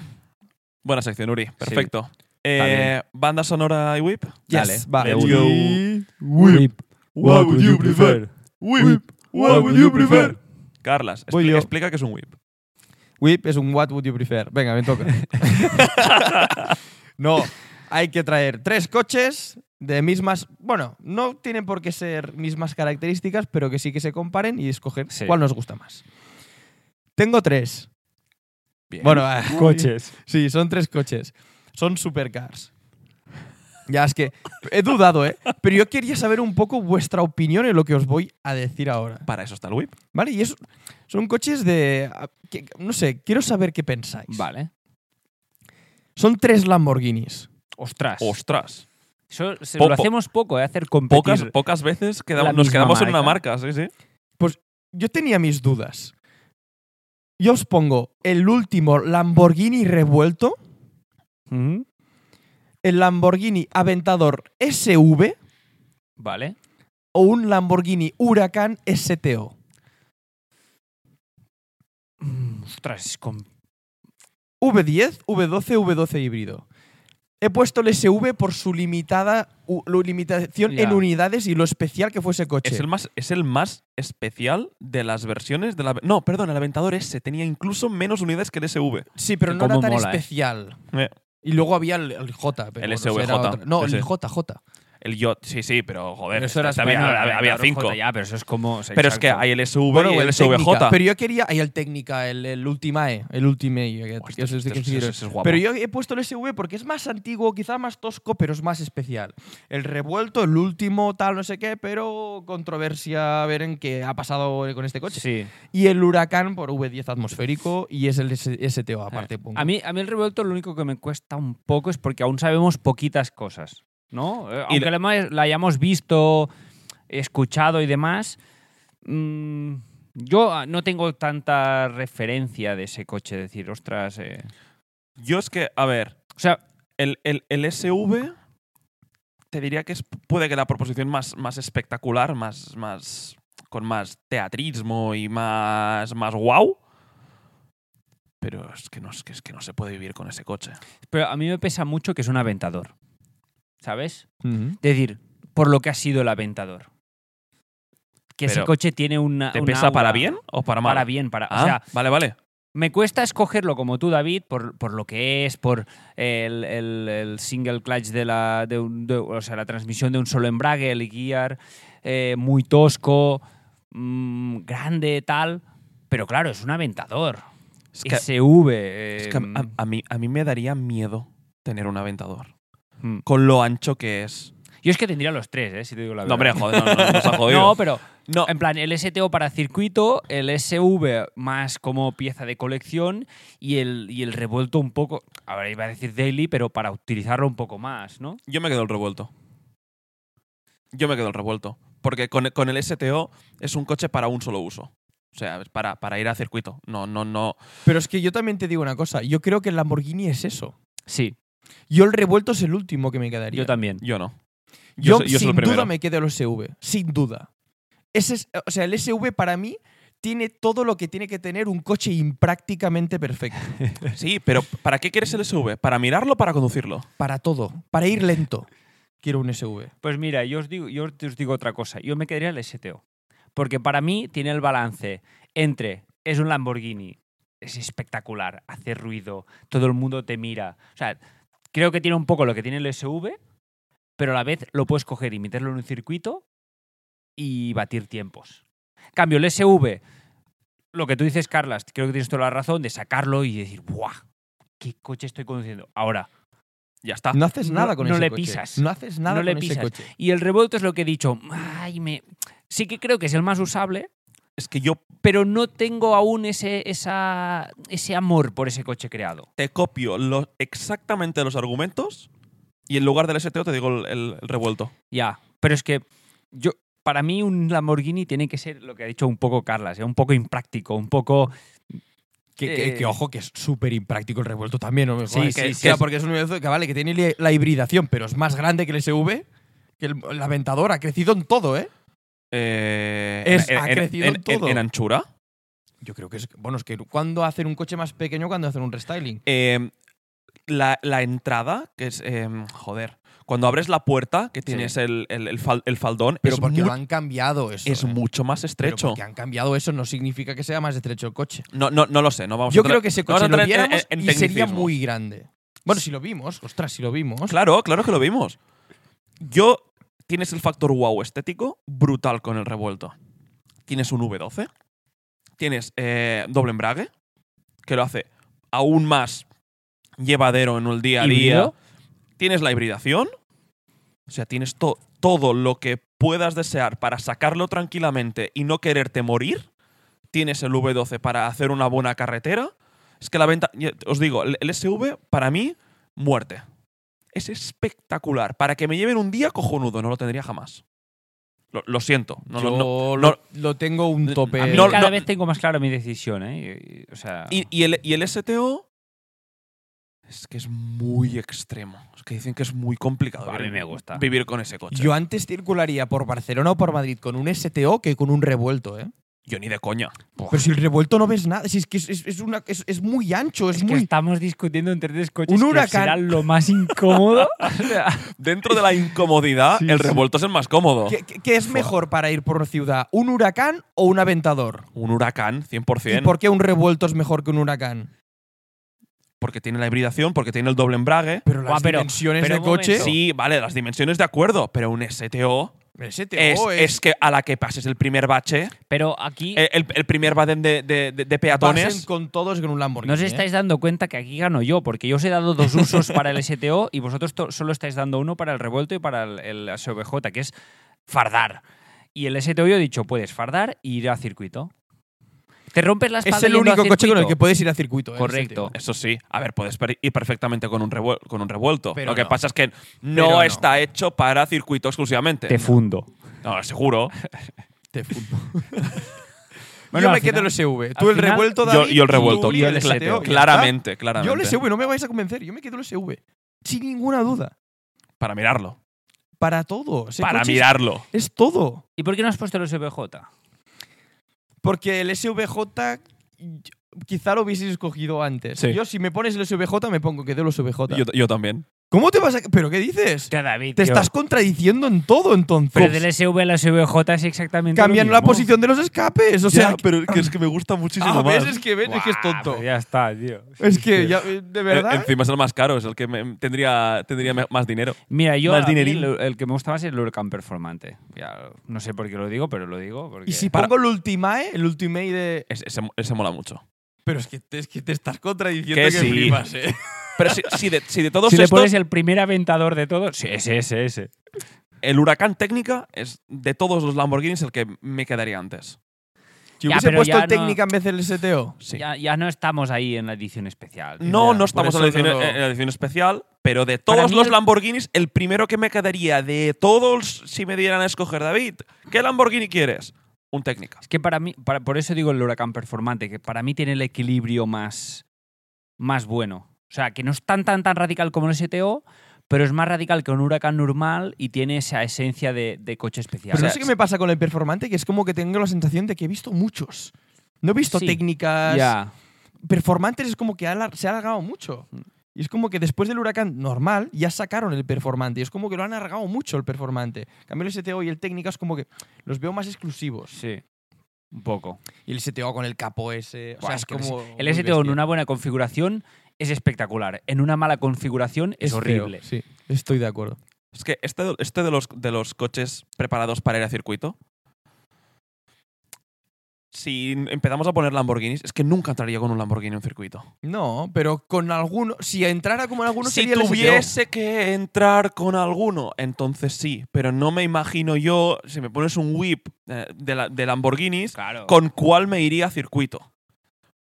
A: Buena sección, Uri. Perfecto. Eh, banda sonora y whip.
B: Yes,
C: Dale,
B: va.
A: let's go.
B: Whip.
A: What would you prefer? Whip. What would you prefer? Carlas,
B: Voy
A: expli-
B: yo.
A: explica qué es un whip.
B: Whip es un what would you prefer. Venga, me toca. no, hay que traer tres coches de mismas, bueno, no tienen por qué ser mismas características, pero que sí que se comparen y escoger
C: Sí.
B: cuál nos gusta más. Tengo tres. Bueno, ah, sí, son tres coches. Son supercars. Ya es que he dudado, ¿eh? Pero yo quería saber un poco vuestra opinión en lo que os voy a decir ahora.
A: Para eso está el whip.
B: ¿Vale? Y es- son coches de... a- que- no sé, quiero saber qué pensáis.
C: Vale.
B: Son tres Lamborghinis.
C: Ostras.
A: Ostras.
C: Eso se-
A: Poco.
C: lo hacemos poco, ¿eh? hacer competir.
A: Pocas, pocas veces quedamos-
C: La
A: nos
C: misma
A: quedamos en
C: marca.
A: una marca, sí, sí.
B: Yo tenía mis dudas. Yo os pongo el último Lamborghini revuelto,
C: Ujú.
B: el Lamborghini Aventador SV
C: Vale.
B: o un Lamborghini Huracán STO.
C: Mm, Ostras, es com-
B: V10, V12, V12 híbrido. He puesto el SV por su limitada u- lo- limitación
C: Ya.
B: en unidades y lo especial que fue ese coche.
A: Es el, más, es el más especial de las versiones de la. No, perdón, el Aventador S tenía incluso menos unidades que el SV.
B: Sí, pero
C: Que
B: no era
C: cómo
B: tan
C: mola, eh.
B: especial.
A: Eh.
B: Y luego había el, el J. Pero
A: El
B: bueno, eso era
A: SVJ.
B: otra- No,
A: Sí,
B: el
A: sí.
B: JJ.
A: El Yacht, sí, sí, pero joder. este
B: Pero eso era
A: había,
C: Bueno,
A: había- había
C: claro,
A: cinco.
C: joder, ya, pero eso es como. o sea,
A: Pero es que
C: exacto.
A: hay el SV
B: Bueno,
A: y
B: o
A: el,
B: Técnica,
A: SVJ.
B: Pero yo quería. Hay el técnica, el, el Ultimae. El Ultimae. que-
A: Hostia,
B: que eso sí que
A: esto es-
B: sí
A: eso
B: que-
A: es- eso es guapo.
B: Pero yo he puesto el SV porque es más antiguo, quizá más tosco, pero es más especial. El revuelto, el último, tal, no sé qué, pero controversia a ver en qué ha pasado con este coche.
C: Sí.
B: Y el huracán por V10 atmosférico y es el S- STO
A: Eh,
B: aparte. pongo.
C: A mí, a mí el revuelto lo único que me cuesta un poco es porque aún sabemos poquitas cosas, ¿no? Eh,
A: Y
C: Aunque la, hemos- la hayamos visto, escuchado y demás, mm, yo ah, no tengo tanta referencia de ese coche, decir, ostras. eh,
A: Yo es que, a ver,
C: O sea,
A: el, el, el SV te diría que es, puede que la proposición más, más espectacular, más, más con más teatrismo y más, más wow. Pero es que, no, es, que, es que no se puede vivir con ese coche.
C: Pero a mí me pesa mucho que es un aventador. ¿Sabes?
B: Ujú.
C: Es decir, por lo que ha sido el aventador. Que ese
A: Pero,
C: coche tiene una.
A: ¿Te
C: Ah, un
A: pesa para
C: aura-
A: bien o para mal?
C: Para bien, para.
A: Ah,
C: O sea,
A: vale, vale.
C: me cuesta escogerlo como tú, David, por, por lo que es, por el, el- el single clutch de la. de un- de- o sea, la transmisión de un solo embrague, el gear, eh, muy tosco, mm, grande, tal. Pero claro, es un aventador.
A: Es que,
C: SV.
A: es que a,
C: em,
A: a mí, a mí me daría miedo tener un aventador.
C: Mm.
A: Con lo ancho que es.
C: Yo es que tendría los tres, ¿eh? si te digo la verdad.
A: No, hombre, joder, no, no, nos ha jodido.
C: No, pero
A: No,
C: en plan, el STO para circuito, el SV más como pieza de colección y el, y el revuelto un poco, ahora iba a decir daily, pero para utilizarlo un poco más, ¿no?
A: Yo me quedo el revuelto. Yo me quedo el revuelto. Porque con, con el STO es un coche para un solo uso. O sea, es para, para ir a circuito. No, no, no.
B: Pero es que yo también te digo una cosa. Yo creo que el Lamborghini es eso.
C: Sí,
B: Yo el revuelto es el último que me quedaría.
C: yo también.
A: Yo no.
B: Yo,
A: soy- soy
B: sin
A: el primero.
B: duda me quedo el SV, sin duda. Ese es, o sea, el SV para mí tiene todo lo que tiene que tener un coche imprácticamente perfecto.
A: Sí, pero ¿para qué quieres el SV? ¿Para mirarlo o para conducirlo?
B: Para todo, para ir lento. Quiero un SV.
C: Pues mira, yo os digo, yo os digo otra cosa. Yo me quedaría el STO. Porque para mí tiene el balance entre es un Lamborghini, es espectacular, hace ruido, todo el mundo te mira. O sea, creo que tiene un poco lo que tiene el SV, pero a la vez lo puedes coger y meterlo en un circuito y batir tiempos. Cambio, el SV, lo que tú dices, Carlas, creo que tienes toda la razón de sacarlo y decir, ¡buah! ¿Qué coche estoy conduciendo? Ahora,
A: Ya está.
B: No haces
C: No-
B: nada con
C: no
B: ese
C: le
B: coche.
C: pisas.
B: No haces nada
C: No
B: con
C: le
B: ese
C: pisas.
B: coche.
C: Y el revuelto es lo que he dicho. Ay, me... Sí que creo que es el más usable,
A: Es que yo
C: pero no tengo aún ese, esa, ese amor por ese coche creado.
A: te copio los, exactamente los argumentos y en lugar del STO te digo el, el- el revuelto.
C: Ya. Pero es que yo, para mí un Lamborghini tiene que ser lo que ha dicho un poco Carlas, ¿eh? un poco impráctico, un poco...
B: Que, que-
C: Eh.
B: que ojo, que es súper impráctico el revuelto también. No me
C: Sí,
B: jodas.
C: sí,
B: Que-
C: sí,
B: que era
C: sí.
B: porque es un universo que vale, que tiene li- la hibridación, pero es más grande que el SV. Que el, el Aventador ha crecido en todo, ¿eh?
A: Eh,
B: Es- ha crecido
A: en,
B: en todo.
A: en anchura.
B: Yo creo que es. Bueno, es que cuando hacen un coche más pequeño, cuando hacen un restyling.
A: Eh, la, la entrada, que es. eh, joder. Cuando abres la puerta, que tienes el, el- el fal- el faldón,
B: Pero
A: es,
B: porque
A: mu-
B: lo han cambiado eso.
A: es
B: ¿eh?
A: mucho más
B: Pero
A: estrecho.
B: porque han cambiado eso no significa que sea más estrecho el coche.
A: No, no, no lo sé, no vamos a
B: Yo
A: entrar-
B: creo que ese
A: no vamos a
B: coche lo
A: entrar en-
B: viéramos
A: en- en
B: y sería
A: tecnicismos.
B: muy grande. Bueno, si lo vimos, ostras, si lo vimos.
A: Claro, claro que lo vimos. Yo. Tienes el factor wow estético brutal con el revuelto. Tienes un V12. Tienes eh, doble embrague, que lo hace aún más llevadero en el día a día.
C: Híbrido.
A: Tienes la hibridación. O sea, tienes to- todo lo que puedas desear para sacarlo tranquilamente y no quererte morir. Tienes el V12 para hacer una buena carretera. Es que la venta. ya Os digo, el el SV, para mí, muerte. Es espectacular. Para que me lleven un día cojonudo, no lo tendría jamás. Lo, lo siento. No,
B: Yo
A: no- no.
B: lo, lo tengo un tope.
A: a
C: A mí
A: No,
C: cada
A: no.
C: vez tengo más clara mi decisión, ¿eh? Y- O sea...
A: Y, y el, y el STO. Es que es muy extremo. Es que dicen que es muy complicado.
C: A
A: vivir-
C: mí me gusta.
A: Vivir con ese coche.
B: Yo antes circularía por Barcelona o por Madrid con un STO que con un revuelto, ¿eh?
A: Yo ni de coña.
B: Pero si el revuelto no ves nada, si es que es, es- es una, es, es muy ancho, es,
C: Es que
B: muy.
C: estamos discutiendo entre tres coches
B: Un
C: que
B: huracán.
C: serán lo más incómodo. O sea,
A: Dentro de la incomodidad, el revuelto es el más cómodo.
B: ¿Qué, qué- qué es mejor para ir por ciudad? ¿Un huracán o un aventador?
A: Un huracán, 100%.
B: ¿Y por qué un revuelto es mejor que un huracán?
A: Porque tiene la hibridación, porque tiene el doble embrague.
B: Pero las
C: Guau, pero-
B: dimensiones
C: pero
B: de
C: un
B: coche.
C: momento.
A: Sí, vale, las dimensiones de acuerdo, pero un STO
B: El STO
A: es,
B: es,
A: es que a la que pases el primer bache,
C: Pero aquí
A: el, el- el primer baden de, de- de- de
B: pasen
A: peatones,
B: con todos con un Lamborghini.
C: no os
B: ¿eh?
C: estáis dando cuenta que aquí gano yo, porque yo os he dado dos usos para el STO y vosotros to- solo estáis dando uno para el revuelto y para el, el SVJ, que es fardar. Y el STO yo he dicho, puedes fardar y ir a circuito. Te rompes la espalda
B: Es el
C: yendo a
B: único coche con el que
C: circuito.
B: puedes ir a circuito. ¿eh?
C: Correcto.
B: Ese
A: eso sí, a ver, puedes per- ir perfectamente con un, revuel- con un revuelto.
B: Pero
A: Lo que
B: no.
A: pasa es que no,
B: no.
A: está hecho para circuito exclusivamente.
C: Te fundo.
A: no, seguro.
B: tío. Te fumbo.
C: Bueno,
B: yo me
C: al
B: quedo
C: final-
B: el SV.
C: al
B: Tú el
C: final-
B: revuelto,
A: Yo,
B: David,
A: yo el
B: tú
A: revuelto.
C: Yo el
A: Cla-
C: STO, ya está.
A: claramente, claramente.
B: ¿eh? Yo el SV, no me vais a convencer. Yo me quedo el SV. Sin ninguna duda.
A: Para mirarlo.
B: Para todo. Ese
A: Para
B: coche es-
A: mirarlo.
B: Es todo.
C: ¿Y por qué no has puesto el SVJ?
B: Porque el SVJ y- quizá lo hubieses escogido antes.
A: Sí.
B: Yo, si me pones el SVJ, me pongo que dé el SVJ.
A: Yo, yo también.
B: ¿Cómo te vas a.? ¿Pero qué dices?
C: Ya, David,
B: Te
C: tío.
B: estás contradiciendo en todo,
C: Pero
B: entonces.
C: del SV al SVJ es exactamente lo
B: Cambian la
C: mismo.
B: posición de los escapes. O sea,
A: pero es que me gusta muchísimo
B: ah, ¿ves? Es que, ves, es, que es
C: Buah,
B: tonto.
C: pues ya está, tío.
B: Es que, ya, eh, de
A: Eh,
B: verdad.
A: Encima es el más caro, es el que me- tendría, tendría me- más dinero.
C: Mira, yo
A: Más
C: a mí
A: dinerín.
C: el, el que me gustaba es el Huracán Performante. Ya, no sé por qué lo digo, pero lo digo. Porque...
B: Y si
A: Para-
B: pongo el Ultimae, el Ultimae de.
A: Ese, ese- ese mola mucho.
B: Pero es que te, es que te estás contradiciendo
A: Que
B: que,
A: sí.
B: flipas, eh.
A: Pero si, si de, si de todos
C: si le
A: estos,
C: pones el primer aventador de todos, sí, ese, ese, ese.
A: el huracán técnica es de todos los Lamborghinis el que me quedaría antes.
B: Si
C: Ya,
B: hubiese
C: pero
B: puesto el
C: ya no-
B: técnica en vez del STO.
A: Sí.
C: Ya, ya no estamos ahí en la edición especial. tío.
A: No,
B: Ya,
A: no
B: por
A: estamos en la,
B: eso
A: edición,
B: no lo-
A: en la edición especial, pero de
C: Para
A: todos
C: mí
A: los
C: el-
A: Lamborghinis, el primero que me quedaría de todos, si me dieran a escoger, David, ¿qué Lamborghini quieres? Un técnica.
C: Es que para mí, para- por eso digo el huracán performante, que para mí tiene el equilibrio más, más bueno. O sea, que no es tan, tan, tan radical como el STO, pero es más radical que un huracán normal y tiene esa esencia de, de coche especial.
B: Pero
A: sea,
B: no sé qué me pasa con el performante, que es como que tengo la sensación de que he visto muchos. No he visto
C: Sí.
B: técnicas.
C: Ya.
B: Performantes es como que ha alar- se ha alargado mucho. Y es como que después del huracán normal ya sacaron el performante. Y es como que lo han alargado mucho el performante. En Cambio el STO y el técnica es como que los veo más exclusivos.
C: Sí. Un poco.
B: Y el STO con el capo ese. O
C: Buah,
B: sea, es
C: que el
B: como.
C: El
B: muy
C: STO en
B: bestia.
C: una buena configuración es espectacular. En una mala configuración es,
B: feo,
C: horrible.
B: Sí, estoy de acuerdo.
A: Es que este, este de, los, de los coches preparados para ir a circuito, si empezamos a poner Lamborghinis, es que nunca entraría con un Lamborghini en un circuito.
B: No, pero con alguno. Si entrara como en alguno
A: si
B: sería el STO.
A: tuviese que entrar con alguno, entonces sí, pero no me imagino yo, si me pones un whip eh, de, la- de Lamborghinis,
C: Claro.
A: con cuál me iría a circuito.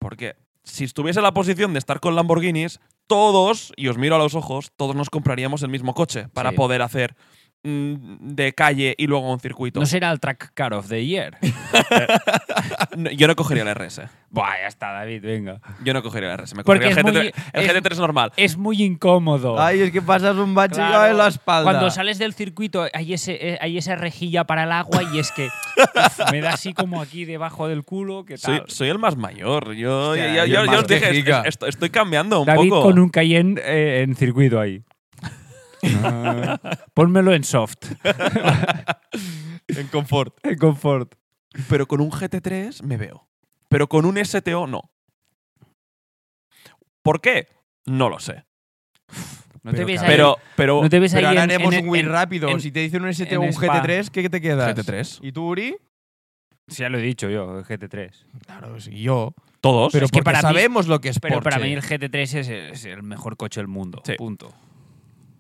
A: Porque si estuviese en la posición de estar con Lamborghinis, todos, y os miro a los ojos, todos nos compraríamos el mismo coche para
C: Sí.
A: poder hacer mm, de calle y luego un circuito.
C: No será el track car of the year.
A: No, Yo no cogería el RS.
C: Buah, ya está, David, venga.
A: Yo no cogería el RS. Me
C: Porque
A: cogería el
C: es
A: GT3,
C: muy-
A: el
C: es-
A: GT3 normal.
C: Es muy incómodo.
B: Ay, es que pasas un bache y
C: Claro.
B: cae en la espalda.
C: Cuando sales del circuito hay, ese, eh, hay esa rejilla para el agua y es que uf, me da así como aquí debajo del culo. ¿Qué
A: Soy,
C: tal?
A: soy el más mayor. Yo,
B: Hostia,
A: yo-
B: y
A: yo-
B: el
A: yo
B: más
A: os dije, es- es-
B: vejiga.
A: esto- estoy cambiando un
C: David
A: poco.
C: con un Cayenne eh, en circuito ahí. Ah, Pónmelo en soft,
A: En confort.
C: en confort.
A: Pero con un GT3 me veo. Pero con un STO no. ¿Por qué? No lo sé.
C: No te
B: Pero
C: ves ahí,
B: cabrón.
A: Pero, pero
C: no te ves
B: Pero
C: ahí
B: ahora
C: en-
B: haremos
C: en-
B: un win
C: en-
B: rápido.
C: en-
B: si te dicen un ST
C: en
B: o un
C: Spa.
B: GT3, ¿qué te quedas?
A: GT3.
B: ¿Y tú, Uri?
C: Ya lo he dicho yo, el GT3.
B: Claro, sí, yo.
A: Todos.
B: Pero
C: Pues es que
B: porque
C: para mí-
B: sabemos lo que es
C: Pero para
B: Porsche.
C: mí el GT3 es, es el mejor coche del mundo.
A: Sí.
C: Punto.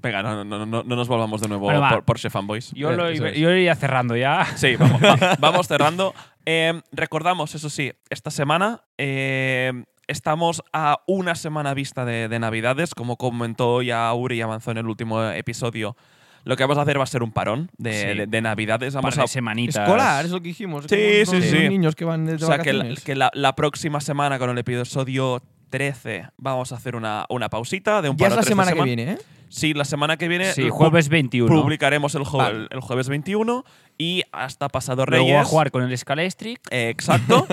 A: Venga, no, no, no, no nos volvamos de nuevo
C: Bueno, va.
A: por Porsche fanboys.
C: Yo
B: Eh,
C: lo,
B: eso
C: iba-
B: es.
C: yo lo iría cerrando ya.
A: Sí, vamos, va- vamos cerrando. Eh, recordamos, eso sí, esta semana eh, estamos a una semana vista de, de Navidades. Como comentó ya Uri y avanzó en el último episodio, lo que vamos a hacer va a ser un parón de,
C: Sí.
A: de- de Navidades.
C: Un
A: Vamos a,
C: par de semanitas.
B: Escolar, es lo que dijimos.
A: Sí,
B: como
A: sí,
B: los
A: sí.
B: niños que van de
A: o sea, que, la,
B: vacaciones.
A: que la- la próxima semana con el episodio 13 vamos a hacer una, una pausita de un
B: ya
A: parón.
B: es la
A: tres de
B: semana que
A: semana.
B: viene, ¿eh?
A: Sí, la semana que viene.
C: Sí,
A: pu-
C: jueves 21.
A: Publicaremos el, jue-
B: Vale.
A: el- el jueves 21 y hasta pasado Reyes.
C: Luego a jugar con el Scalestric.
A: Eh, exacto.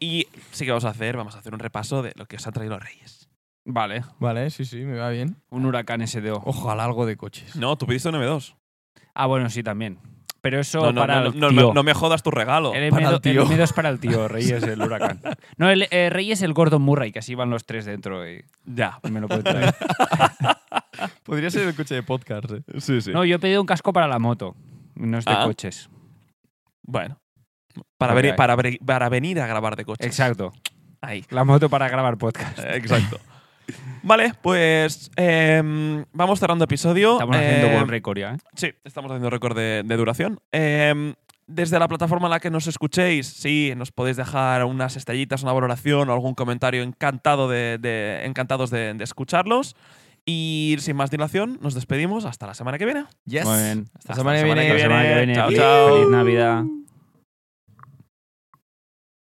A: y sí que vamos a hacer, vamos a hacer un repaso de lo que os han traído los Reyes.
C: Vale,
B: Vale, sí, sí, me va bien.
C: un huracán SDO.
B: Ojalá algo de coches.
A: No, tú pediste un M2.
C: Ah, bueno, sí, también. Pero eso
A: No, no,
C: para
A: no,
C: el
A: no,
C: tío.
A: no, no me jodas tu regalo.
C: el,
B: para
C: M2,
B: el tío.
C: el M2 para el tío, Reyes el huracán. No, el eh, Reyes el Gordon Murray, que así van los tres dentro y
A: Ya.
C: me lo puedo traer.
B: Podría ser el coche de podcast. ¿eh?
A: Sí, sí.
C: No, yo he pedido un casco para la moto, no es de
A: Ah.
C: coches.
A: Bueno. Para,
C: Ok.
A: venir, para, bre- para venir a grabar de coches.
C: Exacto,
A: Ahí.
C: la moto para grabar podcast.
A: Eh, Exacto. vale, pues em, vamos cerrando episodio.
C: Estamos haciendo
A: Em,
C: buen récord ya, ¿eh?
A: Sí, estamos haciendo récord de, de duración. Eh, desde la plataforma en la que nos escuchéis, sí, nos podéis dejar unas estrellitas, una valoración o algún comentario encantado de, de- encantados de, de escucharlos. Y sin más dilación, nos despedimos hasta la semana que viene.
B: Yes.
C: Muy bien.
B: Hasta la semana que viene.
C: Hasta la semana que viene.
A: Chao,
C: Feliz-
A: chao.
C: Feliz Navidad.